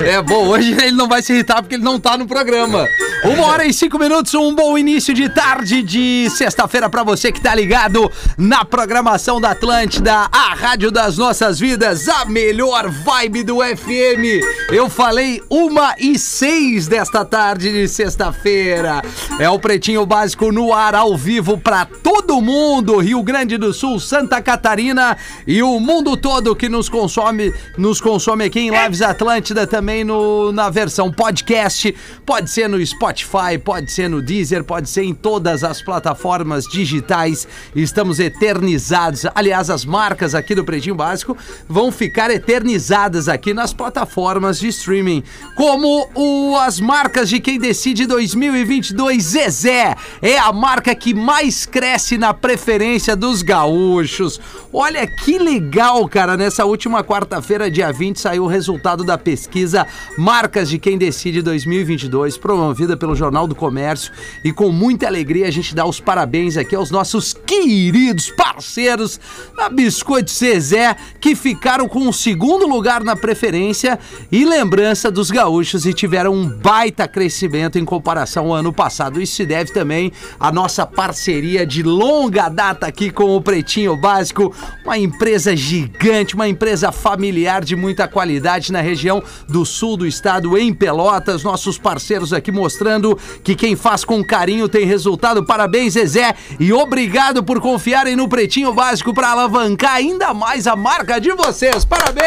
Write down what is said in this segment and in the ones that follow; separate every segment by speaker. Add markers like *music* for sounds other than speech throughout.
Speaker 1: É bom, hoje ele não vai se irritar porque ele não tá no programa. Uma hora e cinco minutos, um bom início de tarde de sexta-feira pra você que tá ligado na programação da Atlântida, a rádio das nossas vidas, a melhor vibe do FM. Eu falei uma e seis desta tarde de sexta-feira. É o Pretinho Básico no ar ao vivo pra todo mundo, Rio Grande do Sul, Santa Catarina e o mundo todo que nos consome, nos consome aqui em Lives Atlântida também no, na versão podcast. Pode ser no Spotify, pode ser no Deezer, pode ser em todas as plataformas digitais. Estamos eternizados. Aliás, as marcas aqui do Pretinho Básico vão ficar eternizadas aqui nas plataformas de streaming, como o- as marcas de quem decide 2022 Zezé. É a marca que mais cresce na preferência dos gaúchos. Olha que legal, cara. Nessa última quarta-feira, dia 20, saiu o resultado da pesquisa Marcas de Quem Decide 2022, promovida pelo Jornal do Comércio. E com muita alegria a gente dá os parabéns aqui aos nossos queridos parceiros da Biscoito Zezé, que ficaram com o segundo lugar na preferência e lembrança dos gaúchos e tiveram um baita crescimento em comparação ao ano passado. Isso se deve também à nossa parceria de longa data aqui com o Pretinho Básico, uma empresa gigante, uma empresa familiar de muita qualidade na região do sul do estado, em Pelotas. Nossos parceiros aqui mostrando que quem faz com carinho tem resultado. Parabéns, Zezé, e obrigado por confiarem no Pretinho Básico para alavancar ainda mais a marca de vocês. Parabéns!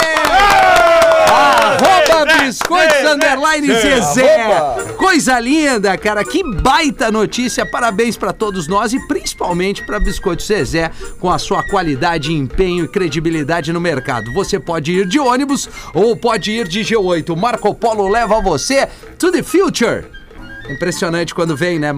Speaker 1: Arroba Biscoitos Underline Zezé. Coisa linda, cara. Que baita notícia. Parabéns pra todos nós e principalmente pra Biscoito Zezé com a sua qualidade, empenho e credibilidade no mercado. Você pode ir de ônibus ou pode ir de G8. Marco Polo leva você to the future. Impressionante quando vem, né?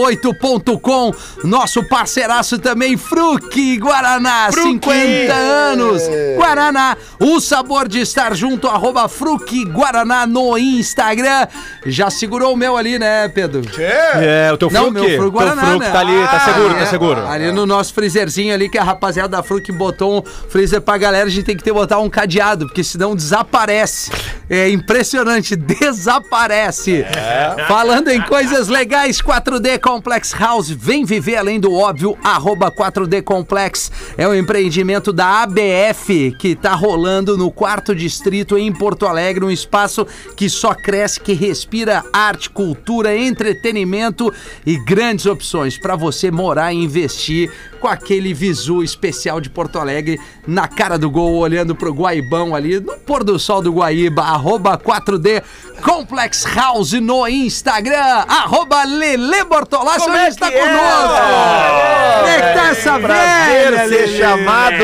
Speaker 1: MarcoPoloG8.com, nosso parceiraço também, Fruc Guaraná, 50 anos. Guaraná, o sabor de estar junto, arroba Fruc Guaraná no Instagram. Já segurou o meu ali, né, Pedro?
Speaker 2: É, o teu
Speaker 1: Não,
Speaker 2: fruque.
Speaker 1: meu Fruc Guaraná,
Speaker 2: teu fruque
Speaker 1: né?
Speaker 2: tá ali, tá
Speaker 1: Ah,
Speaker 2: seguro,
Speaker 1: ali
Speaker 2: tá
Speaker 1: é-
Speaker 2: seguro.
Speaker 1: Ali no nosso freezerzinho ali, que a rapaziada da Fruc botou um freezer pra galera, a gente tem que ter, botar um cadeado, porque senão desaparece. É impressionante, desaparece.
Speaker 2: É.
Speaker 1: Falando em coisas legais, 4D Complex House, vem viver além do óbvio, arroba 4D Complex. É um empreendimento da ABF que tá rolando no quarto distrito em Porto Alegre, um espaço que só cresce, que respira arte, cultura, entretenimento e grandes opções para você morar e investir com aquele visu especial de Porto Alegre na cara do gol, olhando pro Guaibão ali, no pôr do sol do Guaíba, arroba 4D Complex House no Instagram, arroba Lele Bortolassi,
Speaker 3: é
Speaker 1: hoje está conosco. Como é que tá essa
Speaker 3: Prazer
Speaker 1: velha,
Speaker 3: ser
Speaker 1: Lelê?
Speaker 3: chamado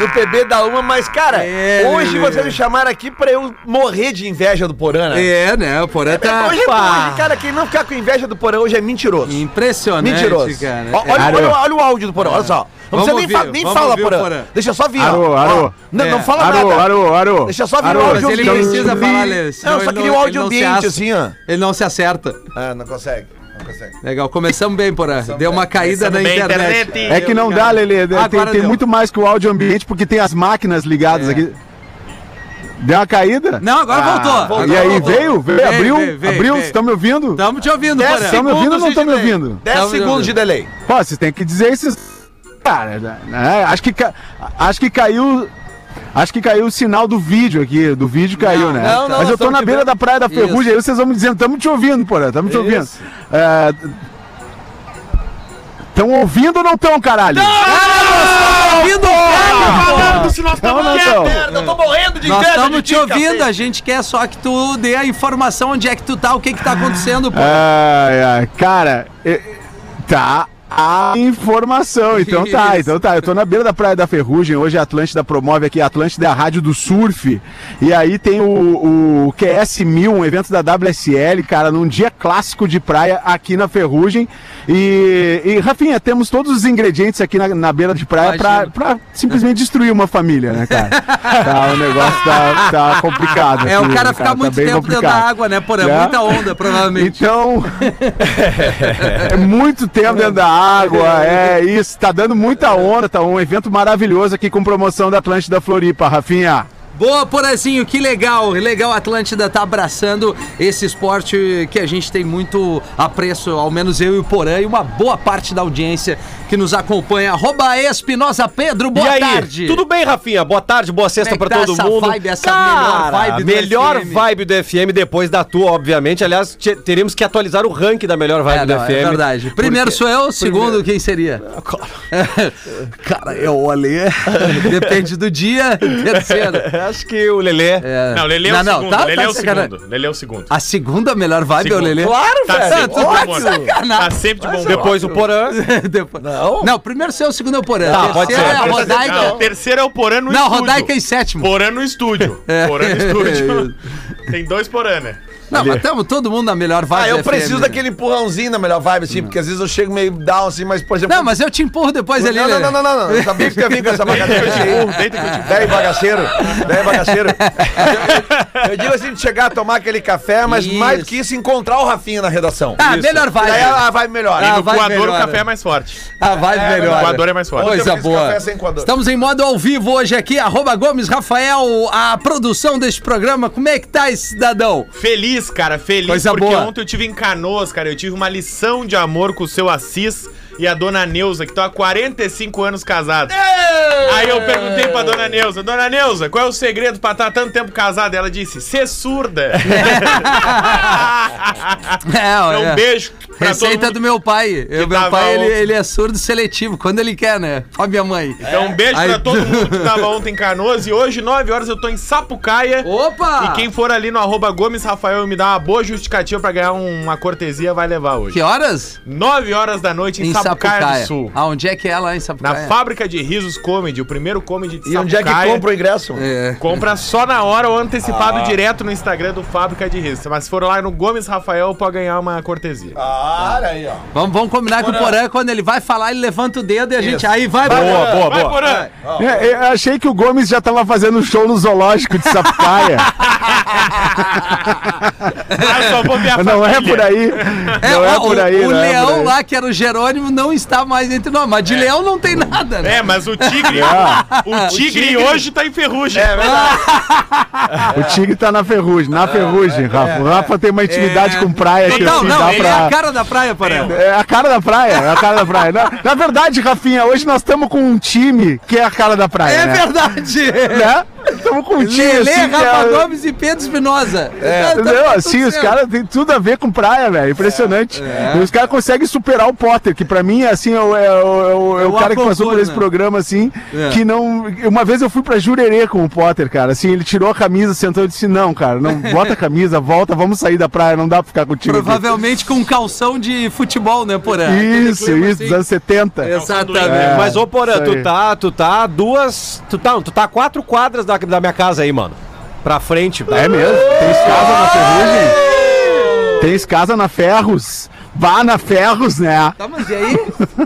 Speaker 3: do PB da Uma, mas, cara,
Speaker 1: É,
Speaker 3: hoje
Speaker 1: Lelê.
Speaker 3: vocês me chamaram aqui pra eu morrer de inveja do Porã, né?
Speaker 1: É, né, o Porã tá...
Speaker 3: Hoje, é
Speaker 1: Pá.
Speaker 3: hoje, cara, quem não ficar com inveja do Porã hoje é mentiroso.
Speaker 1: Impressionante,
Speaker 3: Mentiroso.
Speaker 1: cara. né?
Speaker 3: Ó, olha, olha, olha o áudio do Porã, olha só. Não
Speaker 1: Vamos
Speaker 3: precisa
Speaker 1: ouvir,
Speaker 3: nem, fa- nem
Speaker 1: vamos
Speaker 3: fala,
Speaker 1: ouvir o
Speaker 3: Porã.
Speaker 1: Porã.
Speaker 3: Deixa só vir.
Speaker 2: Arô,
Speaker 3: ó.
Speaker 2: arô.
Speaker 3: Ó, Não,
Speaker 1: É.
Speaker 3: não fala
Speaker 2: Arô,
Speaker 3: nada.
Speaker 2: arô, arô.
Speaker 3: Deixa só vir
Speaker 2: Arô,
Speaker 3: o
Speaker 1: Mas
Speaker 3: áudio
Speaker 1: ele
Speaker 2: Então,
Speaker 1: precisa
Speaker 2: vi.
Speaker 1: falar, Lê, senão
Speaker 3: Não,
Speaker 1: ele
Speaker 3: só queria o
Speaker 1: ele
Speaker 3: áudio
Speaker 1: não se
Speaker 3: ambiente,
Speaker 1: aça.
Speaker 3: assim, ó.
Speaker 1: Ele não se acerta.
Speaker 3: Ah, não consegue. Não consegue.
Speaker 1: Legal, começamos bem, Porã. Deu uma caída na internet.
Speaker 2: É que não dá, Lelê. Tem- Tem,
Speaker 1: Agora deu.
Speaker 2: muito mais que o áudio ambiente, porque tem as máquinas ligadas
Speaker 1: É.
Speaker 2: aqui. Deu uma caída?
Speaker 1: Não, agora
Speaker 3: Ah,
Speaker 1: voltou.
Speaker 2: E
Speaker 1: Agora
Speaker 2: aí,
Speaker 1: voltou.
Speaker 2: veio? Veio?
Speaker 1: Veio,
Speaker 2: abriu?
Speaker 1: veio, veio,
Speaker 2: abriu?
Speaker 1: veio.
Speaker 2: Vocês estão me ouvindo?
Speaker 1: Tamo te ouvindo,
Speaker 3: Dez
Speaker 1: Porã.
Speaker 2: Estão me ouvindo ou não
Speaker 3: segundos
Speaker 2: estão me
Speaker 3: de delay.
Speaker 2: ouvindo?
Speaker 3: 10
Speaker 1: Tamo
Speaker 3: segundos de delay.
Speaker 2: Pô, vocês têm que dizer esses. Cara, né? acho, que ca- acho que caiu. Acho que caiu o sinal do vídeo aqui. Do vídeo caiu, né?
Speaker 3: não, não,
Speaker 2: Mas eu tô
Speaker 3: estamos
Speaker 2: na
Speaker 3: te
Speaker 2: beira
Speaker 3: vendo.
Speaker 2: da Praia da Ferrugem, aí vocês vão me dizendo, estamos te ouvindo, porra, estamos te ouvindo. Estão ouvindo ou não estão, caralho?
Speaker 3: tá
Speaker 1: ouvindo, cara, pô.
Speaker 2: Não, não tão.
Speaker 3: eu tô morrendo de
Speaker 1: Nós
Speaker 3: inveja.
Speaker 1: estamos
Speaker 3: de ti,
Speaker 1: te ouvindo,
Speaker 3: cacete.
Speaker 1: a gente quer só que tu dê a informação onde é que tu tá, o que que tá acontecendo, pô.
Speaker 2: Ai, ai, cara, eh, tá. a informação. Então
Speaker 1: *laughs*
Speaker 2: tá,
Speaker 1: Isso.
Speaker 2: então tá. Eu tô na beira da Praia da Ferrugem. Hoje a Atlântida promove aqui. A Atlântida é a rádio do surf. E aí tem o, o QS1000, um evento da WSL, cara, num dia clássico de praia aqui na Ferrugem. E, e Rafinha, temos todos os ingredientes aqui na, na beira de praia pra,
Speaker 1: Imagino.
Speaker 2: pra simplesmente destruir uma família, né,
Speaker 1: *laughs*
Speaker 2: cara? Tá, o negócio tá, tá complicado.
Speaker 1: É, o
Speaker 2: aqui, né, Tá
Speaker 1: cara ficar muito
Speaker 2: bem
Speaker 1: tempo dentro da
Speaker 2: complicado.
Speaker 1: água, né, Porã?
Speaker 2: É.
Speaker 1: Muita onda, provavelmente.
Speaker 2: Então, *laughs* é muito tempo dentro da água, é isso, tá dando muita onda, tá um evento maravilhoso aqui com promoção da Atlântida Floripa, Rafinha.
Speaker 1: Boa, Porazinho, que legal. Legal, a Atlântida tá abraçando esse esporte que a gente tem muito apreço, ao menos eu e o Porã, e uma boa parte da audiência que nos acompanha. Arroba Espinosa Pedro, boa
Speaker 4: e aí?
Speaker 1: tarde.
Speaker 4: Tudo bem, Rafinha? Boa tarde, boa sexta
Speaker 1: Como é que
Speaker 4: pra
Speaker 1: tá
Speaker 4: todo
Speaker 1: essa
Speaker 4: mundo.
Speaker 1: vibe, essa melhor
Speaker 4: Cara,
Speaker 1: vibe do
Speaker 4: melhor
Speaker 1: FM?
Speaker 4: vibe do FM depois da tua, obviamente. Aliás, te- teremos que atualizar o ranking da melhor vibe
Speaker 1: É,
Speaker 4: do
Speaker 1: não,
Speaker 4: FM.
Speaker 1: é verdade. Primeiro
Speaker 4: porque-
Speaker 1: sou eu, segundo quem seria? Cara, eu olhei. *laughs* Depende do dia. *laughs* Terceiro.
Speaker 4: *laughs* Acho que o Lelê.
Speaker 1: É.
Speaker 5: Não, Lele é o
Speaker 1: Não, não,
Speaker 5: segundo.
Speaker 1: tá-
Speaker 5: Lele
Speaker 1: tá
Speaker 5: é o
Speaker 1: de sacanagem.
Speaker 5: segundo. Lele é o segundo.
Speaker 1: A segunda melhor vibe é o
Speaker 5: Segundo.
Speaker 1: Lele?
Speaker 5: Claro,
Speaker 1: tá
Speaker 5: velho.
Speaker 1: Sempre, tu tá de
Speaker 5: Óbvio.
Speaker 1: sacanagem.
Speaker 5: Tá sempre de bom humor.
Speaker 4: Depois o Porã.
Speaker 1: Tá Depois-
Speaker 4: Não.
Speaker 1: primeiro sou eu, segundo é o Porã.
Speaker 4: Tá, pode
Speaker 1: Terceiro
Speaker 4: ser.
Speaker 1: é a
Speaker 4: Pode ser,
Speaker 1: Rodaica.
Speaker 5: Não, terceiro é o Porã
Speaker 1: Não,
Speaker 5: no estúdio.
Speaker 1: Rodaica é em sétimo.
Speaker 5: Porã
Speaker 1: *laughs*
Speaker 5: no estúdio. Porã no estúdio. Tem dois Porã, né?
Speaker 1: Não, mas estamos todo mundo na melhor vibe.
Speaker 3: Ah, eu
Speaker 1: FM,
Speaker 3: preciso
Speaker 1: né?
Speaker 3: daquele empurrãozinho na melhor vibe, assim, porque às vezes eu chego meio down, assim, mas, por exemplo...
Speaker 1: Não, mas eu te empurro depois ali. né?
Speaker 3: não, não,
Speaker 1: Lelê.
Speaker 3: não, não, não, não. Eu sabia que tu ia vir com essa bagaceira
Speaker 1: *laughs*
Speaker 4: Um
Speaker 5: empurro,
Speaker 3: aí.
Speaker 5: deita que eu te empurro.
Speaker 3: Velho bagaceiro, velho bagaceiro. Eu, eu- eu digo assim, de chegar a tomar aquele café, mas
Speaker 1: Isso.
Speaker 3: mais do que isso, encontrar o Rafinha na redação.
Speaker 1: Ah, melhor vibe.
Speaker 3: Daí a, a vibe melhora.
Speaker 1: Ah,
Speaker 5: No
Speaker 1: vai
Speaker 5: coador o
Speaker 1: melhora.
Speaker 5: café é mais forte.
Speaker 1: A vibe
Speaker 3: É,
Speaker 1: melhor.
Speaker 5: o coador é mais forte.
Speaker 3: Ontem eu
Speaker 1: Coisa
Speaker 3: fiz
Speaker 1: boa.
Speaker 3: café sem coador.
Speaker 1: Estamos em modo ao vivo hoje aqui. Arroba Gomes Rafael, a produção deste programa. Como é que tá esse cidadão? *laughs*
Speaker 5: Feliz, cara, feliz.
Speaker 1: Coisa
Speaker 5: porque
Speaker 1: boa.
Speaker 5: ontem eu tive em Canoas, cara. Eu tive uma lição de amor com o seu Assis e a dona Neuza, que estão há 45 anos casados.
Speaker 1: É.
Speaker 5: Aí eu perguntei pra dona Neuza, dona Neuza, qual é o segredo pra estar tanto tempo casada? Ela disse, ser surda.
Speaker 1: É,
Speaker 5: É
Speaker 1: olha.
Speaker 5: *laughs* um beijo pra
Speaker 1: Receita
Speaker 5: todo
Speaker 1: do
Speaker 5: mundo.
Speaker 1: meu pai. Eu, meu
Speaker 5: tava
Speaker 1: pai, ele,
Speaker 5: ontem.
Speaker 1: ele é surdo seletivo, quando ele quer, né? Ó, minha mãe.
Speaker 5: Então um beijo
Speaker 1: Aí-
Speaker 5: pra todo mundo que tava ontem em Canoas. E hoje, 9 horas, eu tô em Sapucaia.
Speaker 1: Opa!
Speaker 5: E quem for ali no arroba Gomes Rafael e me dá uma boa justificativa pra ganhar um- uma cortesia, vai levar hoje.
Speaker 1: Que horas?
Speaker 5: 9 horas da noite em,
Speaker 1: Em
Speaker 5: Sapucaia,
Speaker 1: Sapucaia.
Speaker 5: do Sul.
Speaker 1: Aonde é que é lá em
Speaker 5: Na
Speaker 1: Sapucaia?
Speaker 5: fábrica de risos comedy, o primeiro comedy de
Speaker 3: E onde é que compra o ingresso?
Speaker 1: É.
Speaker 5: Compra só na hora ou antecipado direto no Instagram do Fábrica de Risos. Mas se for lá no Gomes Rafael, pode ganhar uma cortesia.
Speaker 3: Para aí, ó.
Speaker 1: Vamos, vamos combinar com o Porã, quando ele vai falar, ele levanta o dedo e a gente. Aí vai,
Speaker 4: Boa, boa,
Speaker 5: Vai,
Speaker 4: boa.
Speaker 5: Porã!
Speaker 2: É, eu achei que o Gomes já tava fazendo um show no zoológico de
Speaker 1: *laughs*
Speaker 2: Sapucaia.
Speaker 5: Ah, eu só vou ver a
Speaker 2: não é
Speaker 5: família.
Speaker 2: por aí.
Speaker 1: É,
Speaker 2: não
Speaker 1: ó,
Speaker 2: é por aí,
Speaker 1: o, o
Speaker 2: não é por
Speaker 1: leão
Speaker 2: aí.
Speaker 1: lá, que era o Jerônimo, não está mais entre nós. Mas de leão não tem nada, né?
Speaker 5: É, mas o tigre. o tigre hoje tá em ferrugem.
Speaker 2: O Tigre tá na ferrugem,
Speaker 1: É,
Speaker 2: na ferrugem, Rafa. O Rafa tem uma intimidade com praia que
Speaker 1: Não,
Speaker 2: assim
Speaker 1: é. não,
Speaker 2: dá
Speaker 1: ele
Speaker 2: pra.
Speaker 1: é a cara da praia, Porã.
Speaker 2: É a cara da praia, é a cara da praia. Na, na verdade, Rafinha, hoje nós estamos com um time que é a cara da praia.
Speaker 1: É
Speaker 2: né?
Speaker 1: verdade.
Speaker 2: Né? Estamos com um time.
Speaker 1: Lelê,
Speaker 2: assim, que
Speaker 1: Rafa
Speaker 2: é-
Speaker 1: Gomes e Pedro Espinosa.
Speaker 2: É,
Speaker 1: Tá- tá-
Speaker 2: entendeu?
Speaker 1: tá
Speaker 2: Assim,
Speaker 1: tudo
Speaker 2: os
Speaker 1: certo.
Speaker 2: caras têm tudo a ver com praia, velho. É Impressionante.
Speaker 1: É,
Speaker 2: E os caras conseguem superar o Potter, que pra mim, assim, é o, é o- é o- é o
Speaker 1: É o
Speaker 2: cara que passou
Speaker 1: Apolônio,
Speaker 2: por esse
Speaker 1: né?
Speaker 2: programa, assim,
Speaker 1: É.
Speaker 2: que não. Uma vez eu fui pra Jurerê com o Potter, cara. Assim, ele tirou a camisa, sentou e disse: Não, cara, não
Speaker 1: *laughs*
Speaker 2: bota a camisa, volta, vamos sair da praia, não dá pra ficar contigo. aqui."
Speaker 1: Provavelmente com calção de futebol, né, Porã?
Speaker 2: Isso,
Speaker 1: Aquele clima
Speaker 2: isso, dos
Speaker 1: assim.
Speaker 2: anos 70.
Speaker 1: Exatamente.
Speaker 2: É,
Speaker 4: Mas, ô Porã,
Speaker 2: isso
Speaker 4: tu
Speaker 2: aí.
Speaker 4: tá, tu tá duas. Tu tá, tu tá a quatro quadras da, da minha casa aí, mano. Pra frente.
Speaker 2: É mesmo? Tem escasa na ferrugem? Tem escasa na ferros? Vá na ferros, né?
Speaker 1: Tá, mas e aí?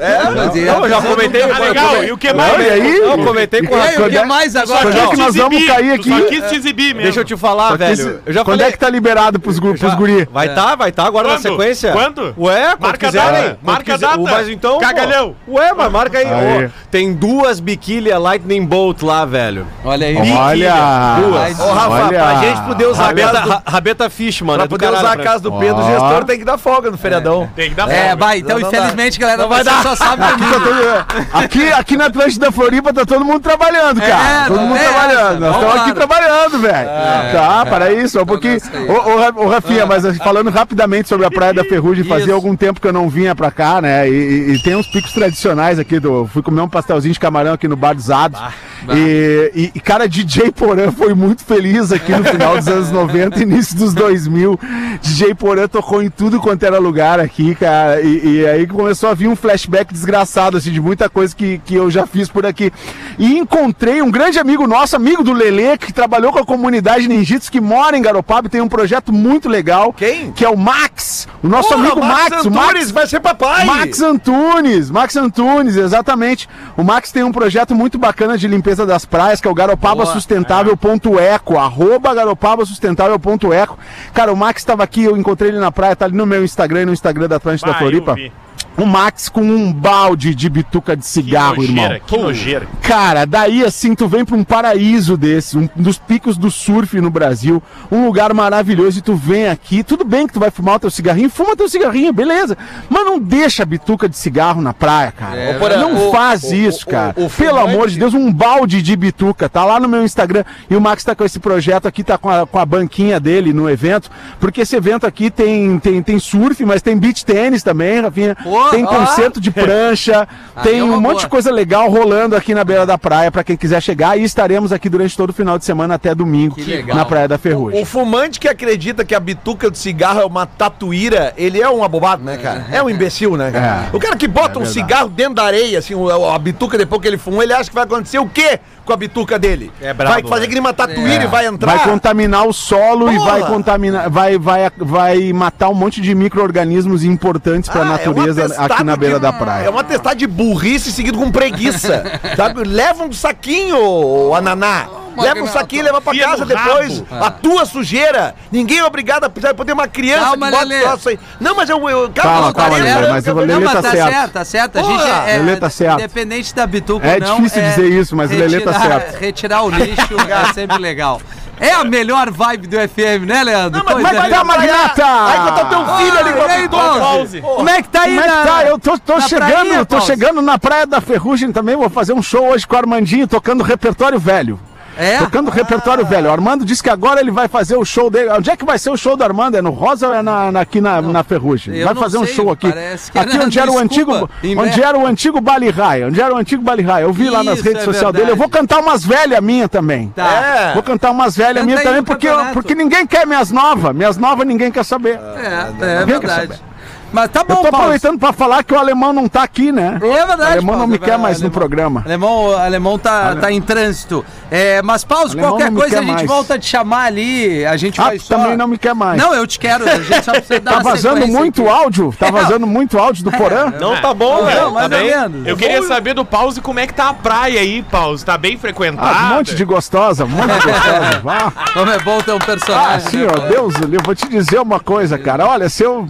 Speaker 1: É, mas e aí?
Speaker 4: Não, eu já comentei.
Speaker 5: Ah, legal. E o que mais?
Speaker 2: Não, e aí?
Speaker 4: Eu comentei com o
Speaker 1: E aí, o
Speaker 4: Rafa.
Speaker 1: que mais agora?
Speaker 2: Quando é que
Speaker 5: Te
Speaker 2: nós vamos
Speaker 5: exibir.
Speaker 2: cair
Speaker 5: Tu Só
Speaker 2: aqui?
Speaker 5: quis te exibir mesmo.
Speaker 4: Deixa eu te falar,
Speaker 2: Só que
Speaker 4: velho.
Speaker 2: se-
Speaker 4: eu já
Speaker 2: Quando
Speaker 4: falei.
Speaker 2: é que tá liberado pros, gru- pros guri?
Speaker 3: É.
Speaker 4: Vai tá, vai tá agora na
Speaker 5: Quando?
Speaker 4: sequência.
Speaker 5: Quando?
Speaker 4: Ué, quando
Speaker 5: Marca a
Speaker 4: quiser,
Speaker 5: data,
Speaker 4: né? Quando
Speaker 5: marca a
Speaker 4: quiser.
Speaker 5: data.
Speaker 4: Mas então. pô.
Speaker 5: Cagalhão.
Speaker 4: Ué, mas marca aí.
Speaker 2: Aí.
Speaker 4: Ó, tem duas biquília Lightning Bolt lá, velho.
Speaker 1: Olha aí.
Speaker 2: Olha!
Speaker 4: Duas.
Speaker 3: Ô, Rafa,
Speaker 2: Olha.
Speaker 3: pra
Speaker 4: A gente poder usar
Speaker 3: Rabeta-
Speaker 4: rabeta, ra- rabeta fish, mano.
Speaker 3: Pra
Speaker 4: é do
Speaker 3: poder
Speaker 4: caralho
Speaker 3: usar a
Speaker 4: pra
Speaker 3: casa
Speaker 4: mim.
Speaker 3: do Pedro, o
Speaker 2: Ó.
Speaker 3: gestor tem que dar folga no feriadão.
Speaker 5: Tem que dar
Speaker 1: É,
Speaker 5: folga.
Speaker 1: vai, então,
Speaker 3: Não dá.
Speaker 1: infelizmente, galera,
Speaker 4: Não vai
Speaker 1: você
Speaker 4: dar.
Speaker 1: só sabe
Speaker 2: Aqui, tá todo- aqui, aqui na Atlântida Floripa tá todo mundo trabalhando, cara.
Speaker 1: É,
Speaker 4: tá
Speaker 2: todo
Speaker 1: não
Speaker 2: mundo
Speaker 1: é essa,
Speaker 2: trabalhando.
Speaker 1: não,
Speaker 2: Nós estamos aqui
Speaker 1: claro.
Speaker 2: trabalhando, velho.
Speaker 4: É,
Speaker 2: tá, para isso,
Speaker 4: Então,
Speaker 2: só um pouquinho.
Speaker 1: nessa aí.
Speaker 2: Ô, ô, Ra- ô, Rafinha,
Speaker 4: Ah.
Speaker 2: mas falando rapidamente sobre a Praia da Ferrugem, fazia algum tempo que eu não vinha pra cá, né? E, e- e tem uns picos tradicionais aqui. Do, fui comer um pastelzinho de camarão aqui no Bar dos Ados. E, e- e, cara, DJ Porã foi muito feliz aqui no final dos anos 90, início dos 2000. DJ Porã tocou em tudo quanto era lugar aqui, cara. E, e aí começou a vir um flashback desgraçado, assim, de muita coisa que, que eu já fiz por aqui. E encontrei um grande amigo nosso, amigo do Lele, que trabalhou com a comunidade ninjitsu, que mora em Garopaba e tem um projeto muito legal.
Speaker 3: Quem?
Speaker 2: Que é o Max. O nosso
Speaker 3: Porra,
Speaker 2: amigo Max. o Max
Speaker 3: Antunes vai ser papai.
Speaker 2: Max Antunes, Max Antunes, exatamente. O Max tem um projeto muito bacana de limpeza das praias, que é o
Speaker 5: é.
Speaker 2: garopabasustentável.eco, arroba garopabasustentável.eco. Cara, o Max estava aqui, eu encontrei ele na praia, tá ali no meu Instagram e no Instagram da Atlântida
Speaker 5: Bah, eu
Speaker 2: Floripa.
Speaker 5: vi.
Speaker 2: O Max com um balde de bituca de
Speaker 5: Que
Speaker 2: cigarro,
Speaker 5: nojeira,
Speaker 2: irmão.
Speaker 5: Que nojeira.
Speaker 2: Cara, daí assim tu vem pra um paraíso desse, um dos picos do surf no Brasil, um lugar maravilhoso e tu vem aqui, tudo bem que tu vai fumar o teu cigarrinho, fuma teu cigarrinho, beleza, mas não deixa a bituca de cigarro na praia, cara.
Speaker 3: É, Ô, Porã,
Speaker 2: não
Speaker 3: o-
Speaker 2: faz
Speaker 3: o-
Speaker 2: isso,
Speaker 3: o-
Speaker 2: cara.
Speaker 3: o- o
Speaker 2: Pelo
Speaker 3: fumante-
Speaker 2: amor de Deus, um balde de bituca, tá lá no meu Instagram e o Max tá com esse projeto aqui, tá com a, com a banquinha dele no evento, porque esse evento aqui tem, tem, tem surf, mas tem beach tênis também, Rafinha,
Speaker 1: Pô,
Speaker 2: tem
Speaker 1: ó.
Speaker 2: concerto
Speaker 1: *laughs*
Speaker 2: de prancha, tem
Speaker 1: é
Speaker 2: um
Speaker 1: uma
Speaker 2: monte
Speaker 1: boa.
Speaker 2: de coisa legal rolando aqui na beira da praia pra quem quiser chegar e estaremos aqui durante todo o final de semana até domingo
Speaker 1: Que legal.
Speaker 2: na Praia da
Speaker 3: O
Speaker 2: Ferrugem.
Speaker 3: Um fumante que acredita que a bituca de cigarro é uma tatuíra, ele é um abobado, né, cara? É um imbecil, né? cara?
Speaker 2: É.
Speaker 3: o cara que bota um cigarro dentro da areia, assim, o- a bituca depois que ele fuma, ele acha que vai acontecer o quê com a bituca dele?
Speaker 5: É brabo,
Speaker 3: vai fazer
Speaker 5: né?
Speaker 3: que nem uma tatuíra
Speaker 1: É.
Speaker 3: e vai entrar?
Speaker 2: É. Vai contaminar o solo e
Speaker 3: Porra!
Speaker 2: vai contaminar, vai, vai, vai matar um monte de micro-organismos importantes pra
Speaker 3: Ah, é um
Speaker 2: natureza
Speaker 3: atestado
Speaker 2: aqui na
Speaker 3: de-
Speaker 2: beira da
Speaker 3: É
Speaker 2: praia.
Speaker 3: um atestado de burrice seguido com
Speaker 2: *laughs*
Speaker 3: preguiça. sabe? Leva um saquinho, ô, ananá. Leva um
Speaker 1: Magnata.
Speaker 3: saquinho, leva pra
Speaker 5: Enfia
Speaker 3: casa
Speaker 5: no rabo.
Speaker 3: depois.
Speaker 2: Ah.
Speaker 3: A tua sujeira. Ninguém é obrigado a pisar. Pode ter uma criança
Speaker 1: Calma,
Speaker 3: que bota
Speaker 1: Lelê.
Speaker 3: o troço aí. Não, mas eu... eu cara,
Speaker 2: Calma,
Speaker 3: eu
Speaker 2: calma,
Speaker 3: parei,
Speaker 2: Lelê,
Speaker 3: eu-
Speaker 2: mas
Speaker 3: eu-
Speaker 2: o Lelê
Speaker 1: Não, mas
Speaker 2: tá
Speaker 1: tá
Speaker 2: certo.
Speaker 1: certo, tá certo. A
Speaker 3: Porra,
Speaker 1: gente é, é,
Speaker 2: Lelê tá certo.
Speaker 1: Independente da bituca
Speaker 2: É
Speaker 1: ou não.
Speaker 2: difícil dizer isso, mas o Lelê tá
Speaker 1: retirar-
Speaker 2: certo.
Speaker 1: Retirar o lixo
Speaker 2: *laughs*
Speaker 1: é sempre legal. É a melhor vibe do FM, né, Leandro?
Speaker 3: Não, mas
Speaker 1: Coisa
Speaker 3: vai
Speaker 2: é Vai
Speaker 1: linda.
Speaker 2: dar magnata!
Speaker 3: Aí botar o teu filho ali com a
Speaker 1: Ah, e aí,
Speaker 3: pistola.
Speaker 1: Paulo?
Speaker 5: Pause.
Speaker 1: Como é que tá aí,
Speaker 2: Como é
Speaker 1: na-
Speaker 2: que tá? Eu tô, tô
Speaker 1: na
Speaker 2: chegando,
Speaker 1: praia,
Speaker 2: tô
Speaker 1: Paulo?
Speaker 2: chegando na Praia da Ferrugem também, vou fazer um show hoje com o Armandinho, tocando repertório velho.
Speaker 1: É?
Speaker 2: Tocando repertório velho. O Armando disse que agora ele vai fazer o show dele. Onde é que vai ser o show do Armando? É no Rosa ou é na, na- aqui na, na Ferrugem?
Speaker 1: eu
Speaker 2: Vai
Speaker 1: não
Speaker 2: fazer um
Speaker 1: sei,
Speaker 2: show aqui.
Speaker 1: parece que
Speaker 2: Aqui
Speaker 1: era
Speaker 2: onde era o
Speaker 1: no
Speaker 2: antigo.
Speaker 1: Scuba, em
Speaker 2: Onde
Speaker 1: Bé-
Speaker 2: era o antigo Bali Rai. Onde era o antigo Bali Rai. Eu vi lá nas
Speaker 1: Isso,
Speaker 2: redes
Speaker 1: é
Speaker 2: sociais dele. Eu
Speaker 1: verdade.
Speaker 2: vou cantar umas velhas minhas também.
Speaker 1: Tá.
Speaker 2: É. Vou cantar umas velhas
Speaker 1: Canta
Speaker 2: minhas
Speaker 1: aí
Speaker 2: também,
Speaker 1: no
Speaker 2: porque, eu-
Speaker 1: campeonato.
Speaker 2: porque ninguém quer minhas novas. Minhas novas ninguém quer saber.
Speaker 1: É, é
Speaker 2: Ninguém quer
Speaker 1: verdade.
Speaker 2: saber.
Speaker 1: Mas tá
Speaker 2: Eu
Speaker 1: bom,
Speaker 2: tô
Speaker 1: Paulo.
Speaker 2: aproveitando pra falar que o alemão não tá aqui, né?
Speaker 1: É verdade.
Speaker 2: O alemão não
Speaker 1: Paulo,
Speaker 2: me quer
Speaker 1: vai,
Speaker 2: mais no
Speaker 1: alemão. É,
Speaker 2: programa.
Speaker 1: Alemão, alemão tá, tá em trânsito. É, mas, Paulo,
Speaker 2: Alemão
Speaker 1: qualquer
Speaker 2: não me
Speaker 1: coisa
Speaker 2: quer
Speaker 1: a gente
Speaker 2: mais.
Speaker 1: volta a te chamar ali. A gente
Speaker 2: Ah,
Speaker 1: vai
Speaker 2: tu
Speaker 1: só...
Speaker 2: também não me quer mais.
Speaker 1: Não, eu te quero. A gente só precisa dar
Speaker 2: Tá
Speaker 1: uma
Speaker 2: vazando
Speaker 1: sequência
Speaker 2: muito
Speaker 1: aqui.
Speaker 2: áudio? Tá
Speaker 1: Não.
Speaker 2: vazando muito áudio do Porã?
Speaker 3: Não tá bom,
Speaker 1: *laughs* Não,
Speaker 3: velho.
Speaker 1: mais
Speaker 5: Tá
Speaker 1: ou
Speaker 5: bem?
Speaker 1: menos.
Speaker 5: Eu queria saber do Pause como é que tá a praia aí, Pause. Tá bem frequentada?
Speaker 2: Ah, um monte de gostosa, um monte de gostosa. Vá.
Speaker 1: *laughs* Como é bom ter um
Speaker 2: Ah,
Speaker 1: personagem.
Speaker 2: sim,
Speaker 1: né,
Speaker 2: ó,
Speaker 1: Paulo?
Speaker 2: Deus, eu vou te dizer uma coisa, cara. Olha, se eu.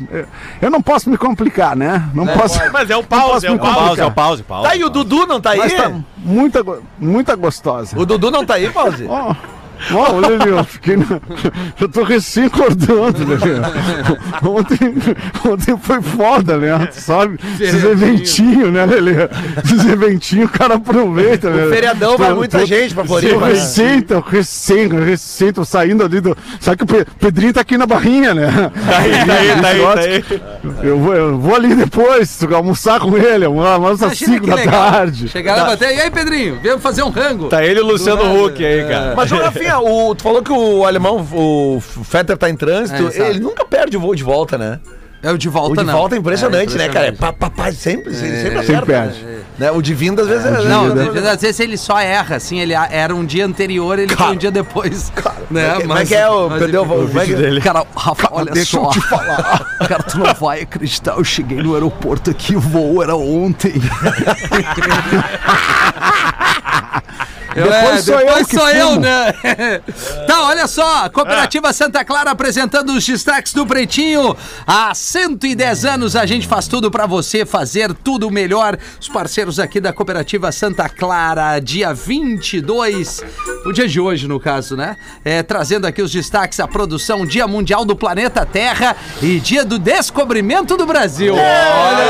Speaker 2: Eu não posso me complicar, né? Não posso.
Speaker 5: Mas é o
Speaker 2: Não
Speaker 5: Pause,
Speaker 2: posso
Speaker 5: é o
Speaker 2: me
Speaker 5: Pause.
Speaker 4: Pause,
Speaker 2: complicar.
Speaker 4: é o pause, pause.
Speaker 3: Tá aí, o Dudu não tá aí?
Speaker 2: Mas tá muita, go- muita gostosa.
Speaker 3: O Dudu não tá aí, Pause?
Speaker 2: Ó, ó, ô, Lelio, eu fiquei. na- *laughs* Eu tô recém acordando, Lelio. Ontem, ontem foi foda, né? Tu Sabe? Esses eventinhos, né, Lelio? Esses eventinhos o cara aproveita, né?
Speaker 3: Feriadão vai muita gente pra
Speaker 2: Eu
Speaker 3: Floripa. né?
Speaker 2: receito, eu receito, eu receito, saindo ali do. Sabe que o Pe- Pedrinho tá aqui na barrinha, né? Tá aí,
Speaker 5: tá aí, tá aí, tá aí.
Speaker 2: Eu vou, eu vou ali depois almoçar com ele, almoçar às
Speaker 1: Imagina
Speaker 2: 5
Speaker 1: que
Speaker 2: da
Speaker 1: legal.
Speaker 2: tarde. Tá.
Speaker 1: Chegar lá e bater. E aí, Pedrinho? Vem fazer um rango.
Speaker 4: Tá ele e o Luciano
Speaker 1: Do nada.
Speaker 4: Huck aí, cara.
Speaker 3: Mas, ô, Rafinha, o, tu falou que o alemão, o Fetter tá em trânsito.
Speaker 1: É, exato.
Speaker 3: ele nunca perde o voo de volta, né?
Speaker 1: É o de
Speaker 3: O
Speaker 1: volta,
Speaker 3: de
Speaker 1: não.
Speaker 3: volta é impressionante, né, cara? É
Speaker 1: impressionante.
Speaker 3: pá, pá, pá, sempre, sempre, sempre
Speaker 2: Sempre
Speaker 3: acerta.
Speaker 2: perde.
Speaker 3: Né? O de vinda, às vezes, é,
Speaker 1: Não,
Speaker 2: Vida.
Speaker 1: às vezes ele só erra, assim, ele a- era um dia anterior, ele foi um dia depois. né?
Speaker 3: Como é que- como é que é o- perdeu o voo- como é que-
Speaker 1: Cara, Rafa, olha
Speaker 2: deixa eu
Speaker 1: só.
Speaker 2: te
Speaker 1: *laughs* Cara, tu não vai acreditar, eu cheguei no aeroporto aqui, o voo era ontem.
Speaker 2: Depois sou eu
Speaker 1: É, depois
Speaker 2: que
Speaker 1: sou
Speaker 2: fumo.
Speaker 1: eu, né? *laughs* tá, olha só,
Speaker 3: Ah.
Speaker 1: Cooperativa Santa Clara apresentando os destaques do Pretinho. Há 110 anos a gente faz tudo pra você fazer tudo melhor. Os parceiros aqui da Cooperativa Santa Clara, dia 22, o dia de hoje no caso, né? É, trazendo aqui os destaques à produção Dia Mundial do Planeta
Speaker 3: é
Speaker 1: Terra e Dia do Descobrimento do Brasil. Olha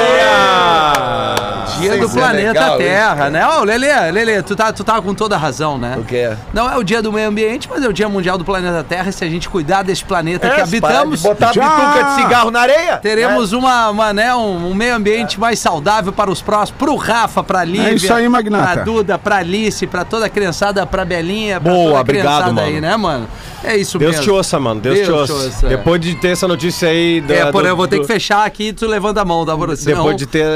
Speaker 1: aí! dia do
Speaker 3: isso é
Speaker 1: planeta
Speaker 3: legal,
Speaker 1: Terra, né? Ô, Lele, Lele, tu tá, tu tá com toda a razão, né?
Speaker 3: O quê?
Speaker 1: Não é o dia do meio ambiente, mas é o dia mundial do planeta Terra. E se a gente cuidar desse planeta que
Speaker 3: É, se parar de
Speaker 1: habitamos,
Speaker 3: Botar a bituca de cigarro na areia.
Speaker 1: teremos uma, uma, né, um, um meio ambiente mais saudável para os próximos, pro Rafa, pra Lívia,
Speaker 2: isso aí, Magnata.
Speaker 1: pra Duda, pra Alice, pra toda a criançada, pra Belinha, pra
Speaker 4: Boa,
Speaker 1: toda a
Speaker 4: obrigado,
Speaker 1: criançada
Speaker 4: mano.
Speaker 1: aí, né, mano? É isso
Speaker 4: Deus
Speaker 1: mesmo.
Speaker 4: te ouça, mano. Deus, te ouça.
Speaker 1: é.
Speaker 4: Depois de ter essa notícia aí. Da,
Speaker 1: É, porém,
Speaker 4: do-
Speaker 1: eu vou ter
Speaker 4: do-
Speaker 1: que fechar aqui e tu levanta a mão, tá, da
Speaker 4: Depois de ter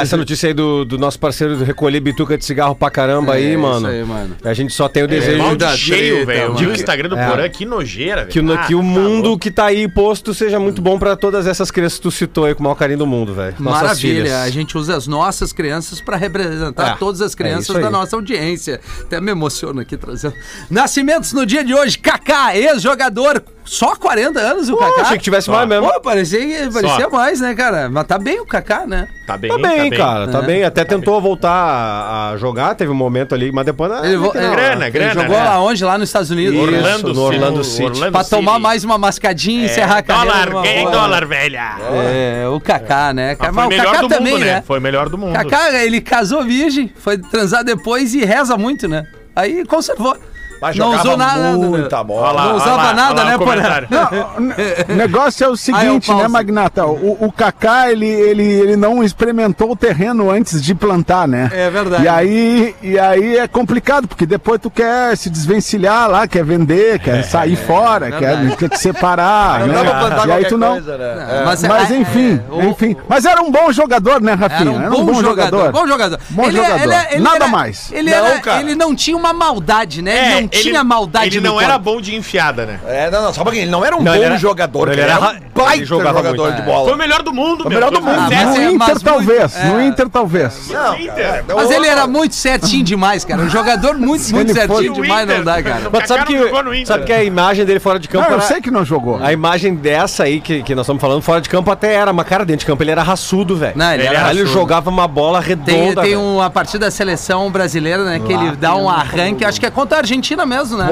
Speaker 4: essa notícia aí do, do nosso parceiro do recolher bituca de cigarro pra caramba
Speaker 1: É,
Speaker 4: aí,
Speaker 1: isso
Speaker 4: mano.
Speaker 1: aí, mano. É.
Speaker 4: A gente só tem o desejo
Speaker 5: Balde
Speaker 4: da-
Speaker 5: cheio, velho. Eu vi
Speaker 4: de
Speaker 5: o
Speaker 4: que-
Speaker 5: Instagram do
Speaker 4: é.
Speaker 5: Porã, que nojeira, velho.
Speaker 4: Que, o-
Speaker 5: Ah,
Speaker 4: que o
Speaker 5: tá
Speaker 4: mundo
Speaker 5: louco.
Speaker 4: que tá aí posto seja muito bom pra todas essas crianças que tu citou aí com o maior carinho do mundo, velho. Nossas
Speaker 1: Maravilha,
Speaker 4: filhas.
Speaker 1: a gente usa as nossas crianças para representar
Speaker 4: É,
Speaker 1: todas as
Speaker 4: é
Speaker 1: crianças
Speaker 4: isso aí.
Speaker 1: da nossa audiência. Até me emociono aqui trazendo. Nascimentos no dia de hoje, Kaká, ex-jogador, só 40 anos o Kaká.
Speaker 4: achei que tivesse mais mesmo.
Speaker 1: Pô, parecia, que- parecia mais, né, cara? Mas tá bem o Kaká, né?
Speaker 5: Tá bem,
Speaker 4: Tá bem, cara, tá
Speaker 1: É.
Speaker 4: bem. Até tentou voltar a, a jogar, teve um momento ali, mas depois. ah,
Speaker 1: vo- *laughs*
Speaker 4: não.
Speaker 5: é, grana, grana,
Speaker 1: Jogou
Speaker 5: né?
Speaker 1: lá onde? Lá nos Estados Unidos.
Speaker 4: Isso,
Speaker 1: Orlando.
Speaker 5: Orlando
Speaker 4: no
Speaker 5: City.
Speaker 4: Orlando City.
Speaker 1: Pra
Speaker 5: City. É,
Speaker 1: tomar mais uma mascadinha e encerrar a carreira.
Speaker 5: Dólar,
Speaker 1: numa
Speaker 5: ganhei
Speaker 1: boa.
Speaker 5: dólar, velha.
Speaker 1: É, o Kaká, né?
Speaker 5: Mas
Speaker 1: cara?
Speaker 5: foi o
Speaker 1: Mas o
Speaker 5: melhor
Speaker 1: Kaká
Speaker 5: do
Speaker 1: também,
Speaker 5: mundo, né?
Speaker 1: né?
Speaker 5: Foi o melhor do mundo.
Speaker 1: Kaká, ele casou virgem, foi transar depois e reza muito, né? Aí conservou.
Speaker 3: Mas
Speaker 1: não
Speaker 3: jogava
Speaker 1: usou nada. né?
Speaker 3: muita bola.
Speaker 5: Olha lá,
Speaker 1: não
Speaker 5: olha
Speaker 1: usava
Speaker 5: lá, olha
Speaker 1: nada,
Speaker 5: lá
Speaker 1: né,
Speaker 5: o
Speaker 1: Porã?
Speaker 5: comentário.
Speaker 2: Não, n- o negócio é o seguinte,
Speaker 1: Ah, é o pause.
Speaker 2: né, Magnata? O, o Kaká, ele, ele, ele não experimentou o terreno antes de plantar, né?
Speaker 1: É verdade.
Speaker 2: E aí, e aí é complicado, porque depois tu quer se desvencilhar lá, quer vender, quer
Speaker 4: É,
Speaker 2: sair fora,
Speaker 1: verdade.
Speaker 2: quer, quer te separar,
Speaker 3: Não dá pra
Speaker 2: né?
Speaker 3: plantar
Speaker 2: E aí
Speaker 3: qualquer
Speaker 2: tu não...
Speaker 3: coisa, né?
Speaker 1: É, mas,
Speaker 2: Mas
Speaker 1: é,
Speaker 2: enfim,
Speaker 1: é, o-
Speaker 2: enfim. Mas era um bom jogador, né,
Speaker 1: Era
Speaker 2: Rafinha?
Speaker 1: um, bom, jogador, Bom jogador.
Speaker 2: Bom
Speaker 1: é-
Speaker 2: jogador.
Speaker 1: é-
Speaker 2: Nada
Speaker 1: era-
Speaker 2: mais.
Speaker 1: Ele,
Speaker 3: Não,
Speaker 1: era-
Speaker 3: cara.
Speaker 1: ele não tinha uma maldade, né?
Speaker 5: É,
Speaker 1: ele não tinha maldade
Speaker 5: Ele
Speaker 1: no
Speaker 5: não
Speaker 1: corpo.
Speaker 5: era bom de enfiada, né?
Speaker 3: É, não, não, só pra quem, ele não era um
Speaker 4: Não,
Speaker 3: bom
Speaker 4: ele era-
Speaker 3: jogador, ele
Speaker 4: ele
Speaker 3: era,
Speaker 4: era
Speaker 3: um baita
Speaker 4: ele jogava
Speaker 3: jogador
Speaker 1: É.
Speaker 4: muito.
Speaker 3: de
Speaker 5: Foi o
Speaker 3: bola.
Speaker 5: melhor do mundo,
Speaker 3: melhor do mundo.
Speaker 1: Ah, mas
Speaker 5: Zé,
Speaker 2: No
Speaker 1: é-
Speaker 2: Inter,
Speaker 1: mas muito-
Speaker 2: talvez. No
Speaker 1: é.
Speaker 2: Inter, talvez.
Speaker 3: Não, cara,
Speaker 1: Mas ele era muito certinho demais, cara. Um jogador
Speaker 2: *laughs*
Speaker 1: muito, muito
Speaker 2: ele fosse-
Speaker 1: certinho
Speaker 5: O
Speaker 1: demais não
Speaker 5: Inter-
Speaker 1: dá, cara.
Speaker 4: Mas sabe
Speaker 5: Kaká não jogou no
Speaker 4: que,
Speaker 5: Inter.
Speaker 4: sabe que a imagem dele fora de campo.
Speaker 2: Não, eu
Speaker 4: era-
Speaker 2: sei que não jogou.
Speaker 1: É.
Speaker 4: A imagem dessa aí que, que nós estamos falando fora de campo até era, mas cara, dentro de campo ele era raçudo, velho.
Speaker 1: Não, ele era
Speaker 4: Caralho,
Speaker 1: raçudo.
Speaker 4: jogava uma bola
Speaker 1: Tem,
Speaker 4: redonda.
Speaker 1: tem
Speaker 4: velho.
Speaker 1: um, a partir da seleção brasileira, né? Que ele dá um arranque, acho que é contra a Argentina mesmo, né?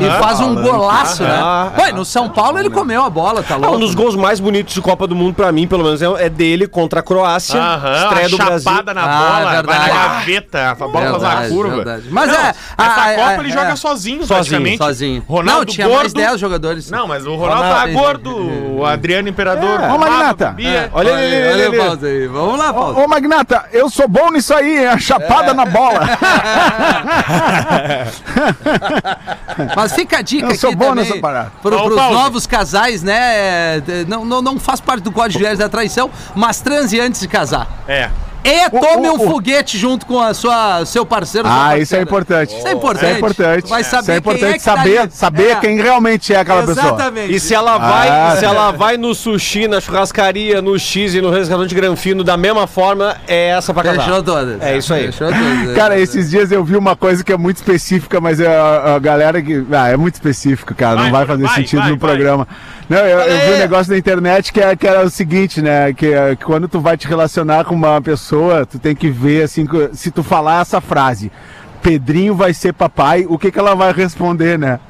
Speaker 1: E faz um golaço, né?
Speaker 4: aham.
Speaker 1: Ué, no São Paulo ele comeu a bola, tá
Speaker 4: Ah,
Speaker 1: louco?
Speaker 4: um dos gols mais bonitos de Copa do Mundo pra mim, pelo menos, é, é dele contra a Croácia,
Speaker 5: Aham,
Speaker 4: estreia
Speaker 5: a
Speaker 4: do Brasil.
Speaker 5: chapada na
Speaker 1: Ah,
Speaker 5: bola, vai na
Speaker 1: verdade.
Speaker 5: gaveta, a bola faz uma
Speaker 1: Verdade,
Speaker 5: curva.
Speaker 1: verdade. Mas é,
Speaker 5: Essa
Speaker 1: a- a-
Speaker 5: Copa
Speaker 1: a-
Speaker 5: ele
Speaker 1: é.
Speaker 5: joga sozinho,
Speaker 4: Sozinho,
Speaker 5: praticamente.
Speaker 1: sozinho.
Speaker 5: Ronaldo
Speaker 1: não, tinha
Speaker 5: gordo.
Speaker 1: mais 10 jogadores.
Speaker 5: Não, mas o Ronaldo,
Speaker 1: Ronaldo- é.
Speaker 5: tá gordo, o Adriano Imperador.
Speaker 2: É. Ô,
Speaker 5: o
Speaker 2: Magnata.
Speaker 5: Bia.
Speaker 4: Olha ele, ele, ele,
Speaker 1: olha
Speaker 4: ele.
Speaker 1: o pausa aí. Vamos lá, pausa.
Speaker 2: Ô, Magnata, eu sou bom nisso aí, hein? A
Speaker 1: É.
Speaker 2: chapada na
Speaker 1: *laughs*
Speaker 2: bola.
Speaker 1: Mas fica a dica
Speaker 2: Eu
Speaker 1: aqui
Speaker 2: sou bom
Speaker 1: também
Speaker 2: nessa parada.
Speaker 1: pro-
Speaker 5: Ó, o
Speaker 1: pros
Speaker 5: Paulo.
Speaker 1: novos casais, né? é, de- Não, não, não faz parte do Código de Ética da Traição, mas transe antes de casar.
Speaker 5: *laughs* É.
Speaker 1: E tome
Speaker 2: o-
Speaker 1: um
Speaker 2: o-
Speaker 1: foguete junto com a sua, seu parceiro. sua
Speaker 2: Ah,
Speaker 1: parceira.
Speaker 2: isso é importante.
Speaker 1: Isso é importante.
Speaker 2: Isso é importante.
Speaker 1: Vai saber
Speaker 2: Isso é importante
Speaker 1: quem é que tá
Speaker 2: saber,
Speaker 1: ali.
Speaker 2: saber
Speaker 1: É.
Speaker 2: quem realmente é aquela pessoa.
Speaker 1: Exatamente.
Speaker 4: E se ela vai,
Speaker 2: Ah,
Speaker 4: se
Speaker 2: tá.
Speaker 4: ela vai no sushi, na churrascaria, no X e no restaurante Granfino da mesma forma, é essa pra casar.
Speaker 1: Fechou todas.
Speaker 4: É isso aí.
Speaker 1: Fechou todas.
Speaker 2: *laughs* Cara, é esses dias eu vi uma coisa que é muito específica, mas a, a galera que. Ah, é muito específico, cara. não vai
Speaker 5: Vai,
Speaker 2: fazer
Speaker 5: vai,
Speaker 2: sentido
Speaker 5: vai,
Speaker 2: no
Speaker 5: vai.
Speaker 2: programa. Não, eu, eu vi um negócio na internet que, é- que era o seguinte, né? Que, é, que quando tu vai te relacionar com uma pessoa, tu tem que ver, assim, co- se tu falar essa frase. Pedrinho vai ser papai, o que, que ela vai responder, né?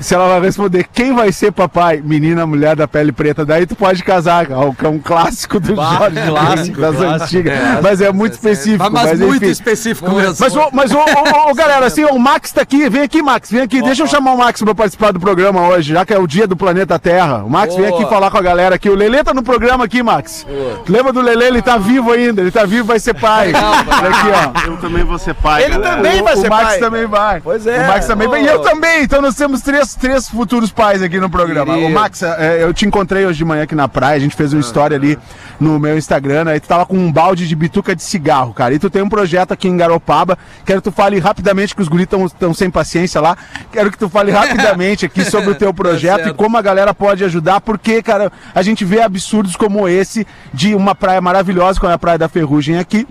Speaker 2: Se ela vai responder quem vai ser papai, menina, mulher da pele preta, daí tu pode casar, cara, que é um clássico do
Speaker 4: Bah,
Speaker 2: Jorge Benho,
Speaker 4: clássico,
Speaker 2: das
Speaker 4: clássico.
Speaker 2: antigas. mas é muito específico.
Speaker 1: Mas, mas muito
Speaker 2: enfim.
Speaker 1: específico mesmo.
Speaker 2: Mas, ô, mas
Speaker 3: *laughs*
Speaker 2: ô, ô, ô, ô, galera, assim, o Max tá aqui, vem aqui, Max, vem aqui. Deixa eu chamar o Max pra participar do programa hoje, já que é o dia do planeta Terra. O Max vem
Speaker 3: Boa.
Speaker 2: aqui falar com a galera aqui. O Lelê tá no programa aqui, Max. Lembra do Lelê? Ele tá vivo ainda, ele tá vivo, vai ser pai. Olha aqui, ó.
Speaker 6: Eu também vou ser pai.
Speaker 3: Ele
Speaker 6: galera.
Speaker 3: também vai
Speaker 2: o
Speaker 3: ser
Speaker 2: Max
Speaker 3: pai.
Speaker 2: também vai.
Speaker 3: Pois é.
Speaker 2: O Max também vai. E
Speaker 3: Ô.
Speaker 2: eu também. Então nós temos três, três futuros pais aqui no programa. O Max, é, eu te encontrei hoje de manhã aqui na praia. A gente fez uma história ali no meu Instagram. Aí tu tava com um balde de bituca de cigarro, cara. E tu tem um projeto aqui em Garopaba. Quero que tu fale rapidamente, que os guris estão sem paciência lá. Quero que tu fale rapidamente aqui sobre o teu projeto e
Speaker 1: certo.
Speaker 2: como a galera pode ajudar. Porque, cara, a gente vê absurdos como esse de uma praia maravilhosa, como é a Praia da Ferrugem aqui.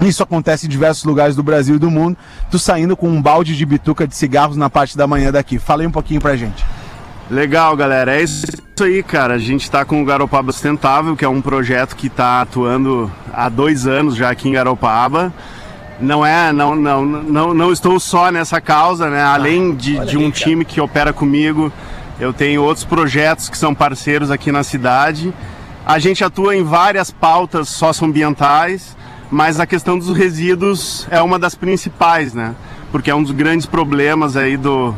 Speaker 2: Isso acontece em diversos lugares do Brasil e do mundo. Tu saindo com um balde de bituca de cigarros na parte da manhã daqui. Fala aí um pouquinho pra gente.
Speaker 6: Legal, galera. É isso aí, cara. A gente tá com o Garopaba Sustentável, que é um projeto que tá atuando há dois anos já aqui em Garopaba. Não é, não, não, não, não estou só nessa causa, né?
Speaker 1: Ah,
Speaker 6: Além de, de um time que opera comigo, eu tenho outros projetos que são parceiros aqui na cidade. A gente atua em várias pautas socioambientais. mas a questão dos resíduos é uma das principais, né? Porque é um dos grandes problemas aí do,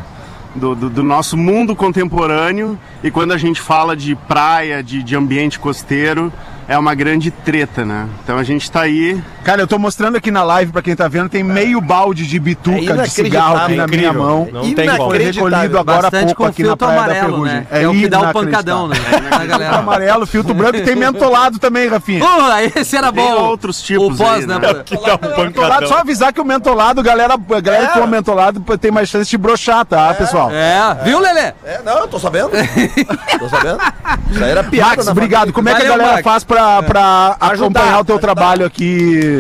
Speaker 6: do, do- do nosso mundo contemporâneo e quando a gente fala de praia, de, de ambiente costeiro, é uma grande treta, né? Então a gente está aí
Speaker 2: Cara, eu tô mostrando aqui na live pra quem tá vendo, tem meio balde de bituca de
Speaker 3: inacreditável,
Speaker 2: cigarro aqui na minha
Speaker 3: incrível.
Speaker 2: mão.
Speaker 4: Não tem como.
Speaker 2: Foi recolhido agora há
Speaker 1: Bastante
Speaker 2: pouco
Speaker 1: com
Speaker 2: aqui na
Speaker 1: filtro
Speaker 2: Praia da
Speaker 1: amarelo,
Speaker 2: Ferrugem.
Speaker 1: né? É o que dá o pancadão,
Speaker 2: inacreditável. *laughs*
Speaker 1: né? Na
Speaker 2: Filtro
Speaker 1: galera.
Speaker 2: amarelo, filtro branco e tem mentolado também, Rafinha.
Speaker 1: Pô, esse era bom.
Speaker 6: outros tipos
Speaker 1: O pós,
Speaker 6: aí,
Speaker 1: né?
Speaker 6: né?
Speaker 1: pô?
Speaker 5: dá um
Speaker 2: Mentolado, só avisar que o mentolado, galera, a galera que toma mentolado tem mais chance de brochar, tá, pessoal?
Speaker 1: É, viu, Lelê?
Speaker 3: É, não, eu tô sabendo. tô sabendo. Isso aí era piada.
Speaker 2: Max,
Speaker 3: na
Speaker 2: obrigado. Como é que a
Speaker 1: Valeu,
Speaker 2: galera
Speaker 1: Max.
Speaker 2: faz pra, pra acompanhar o teu trabalho aqui?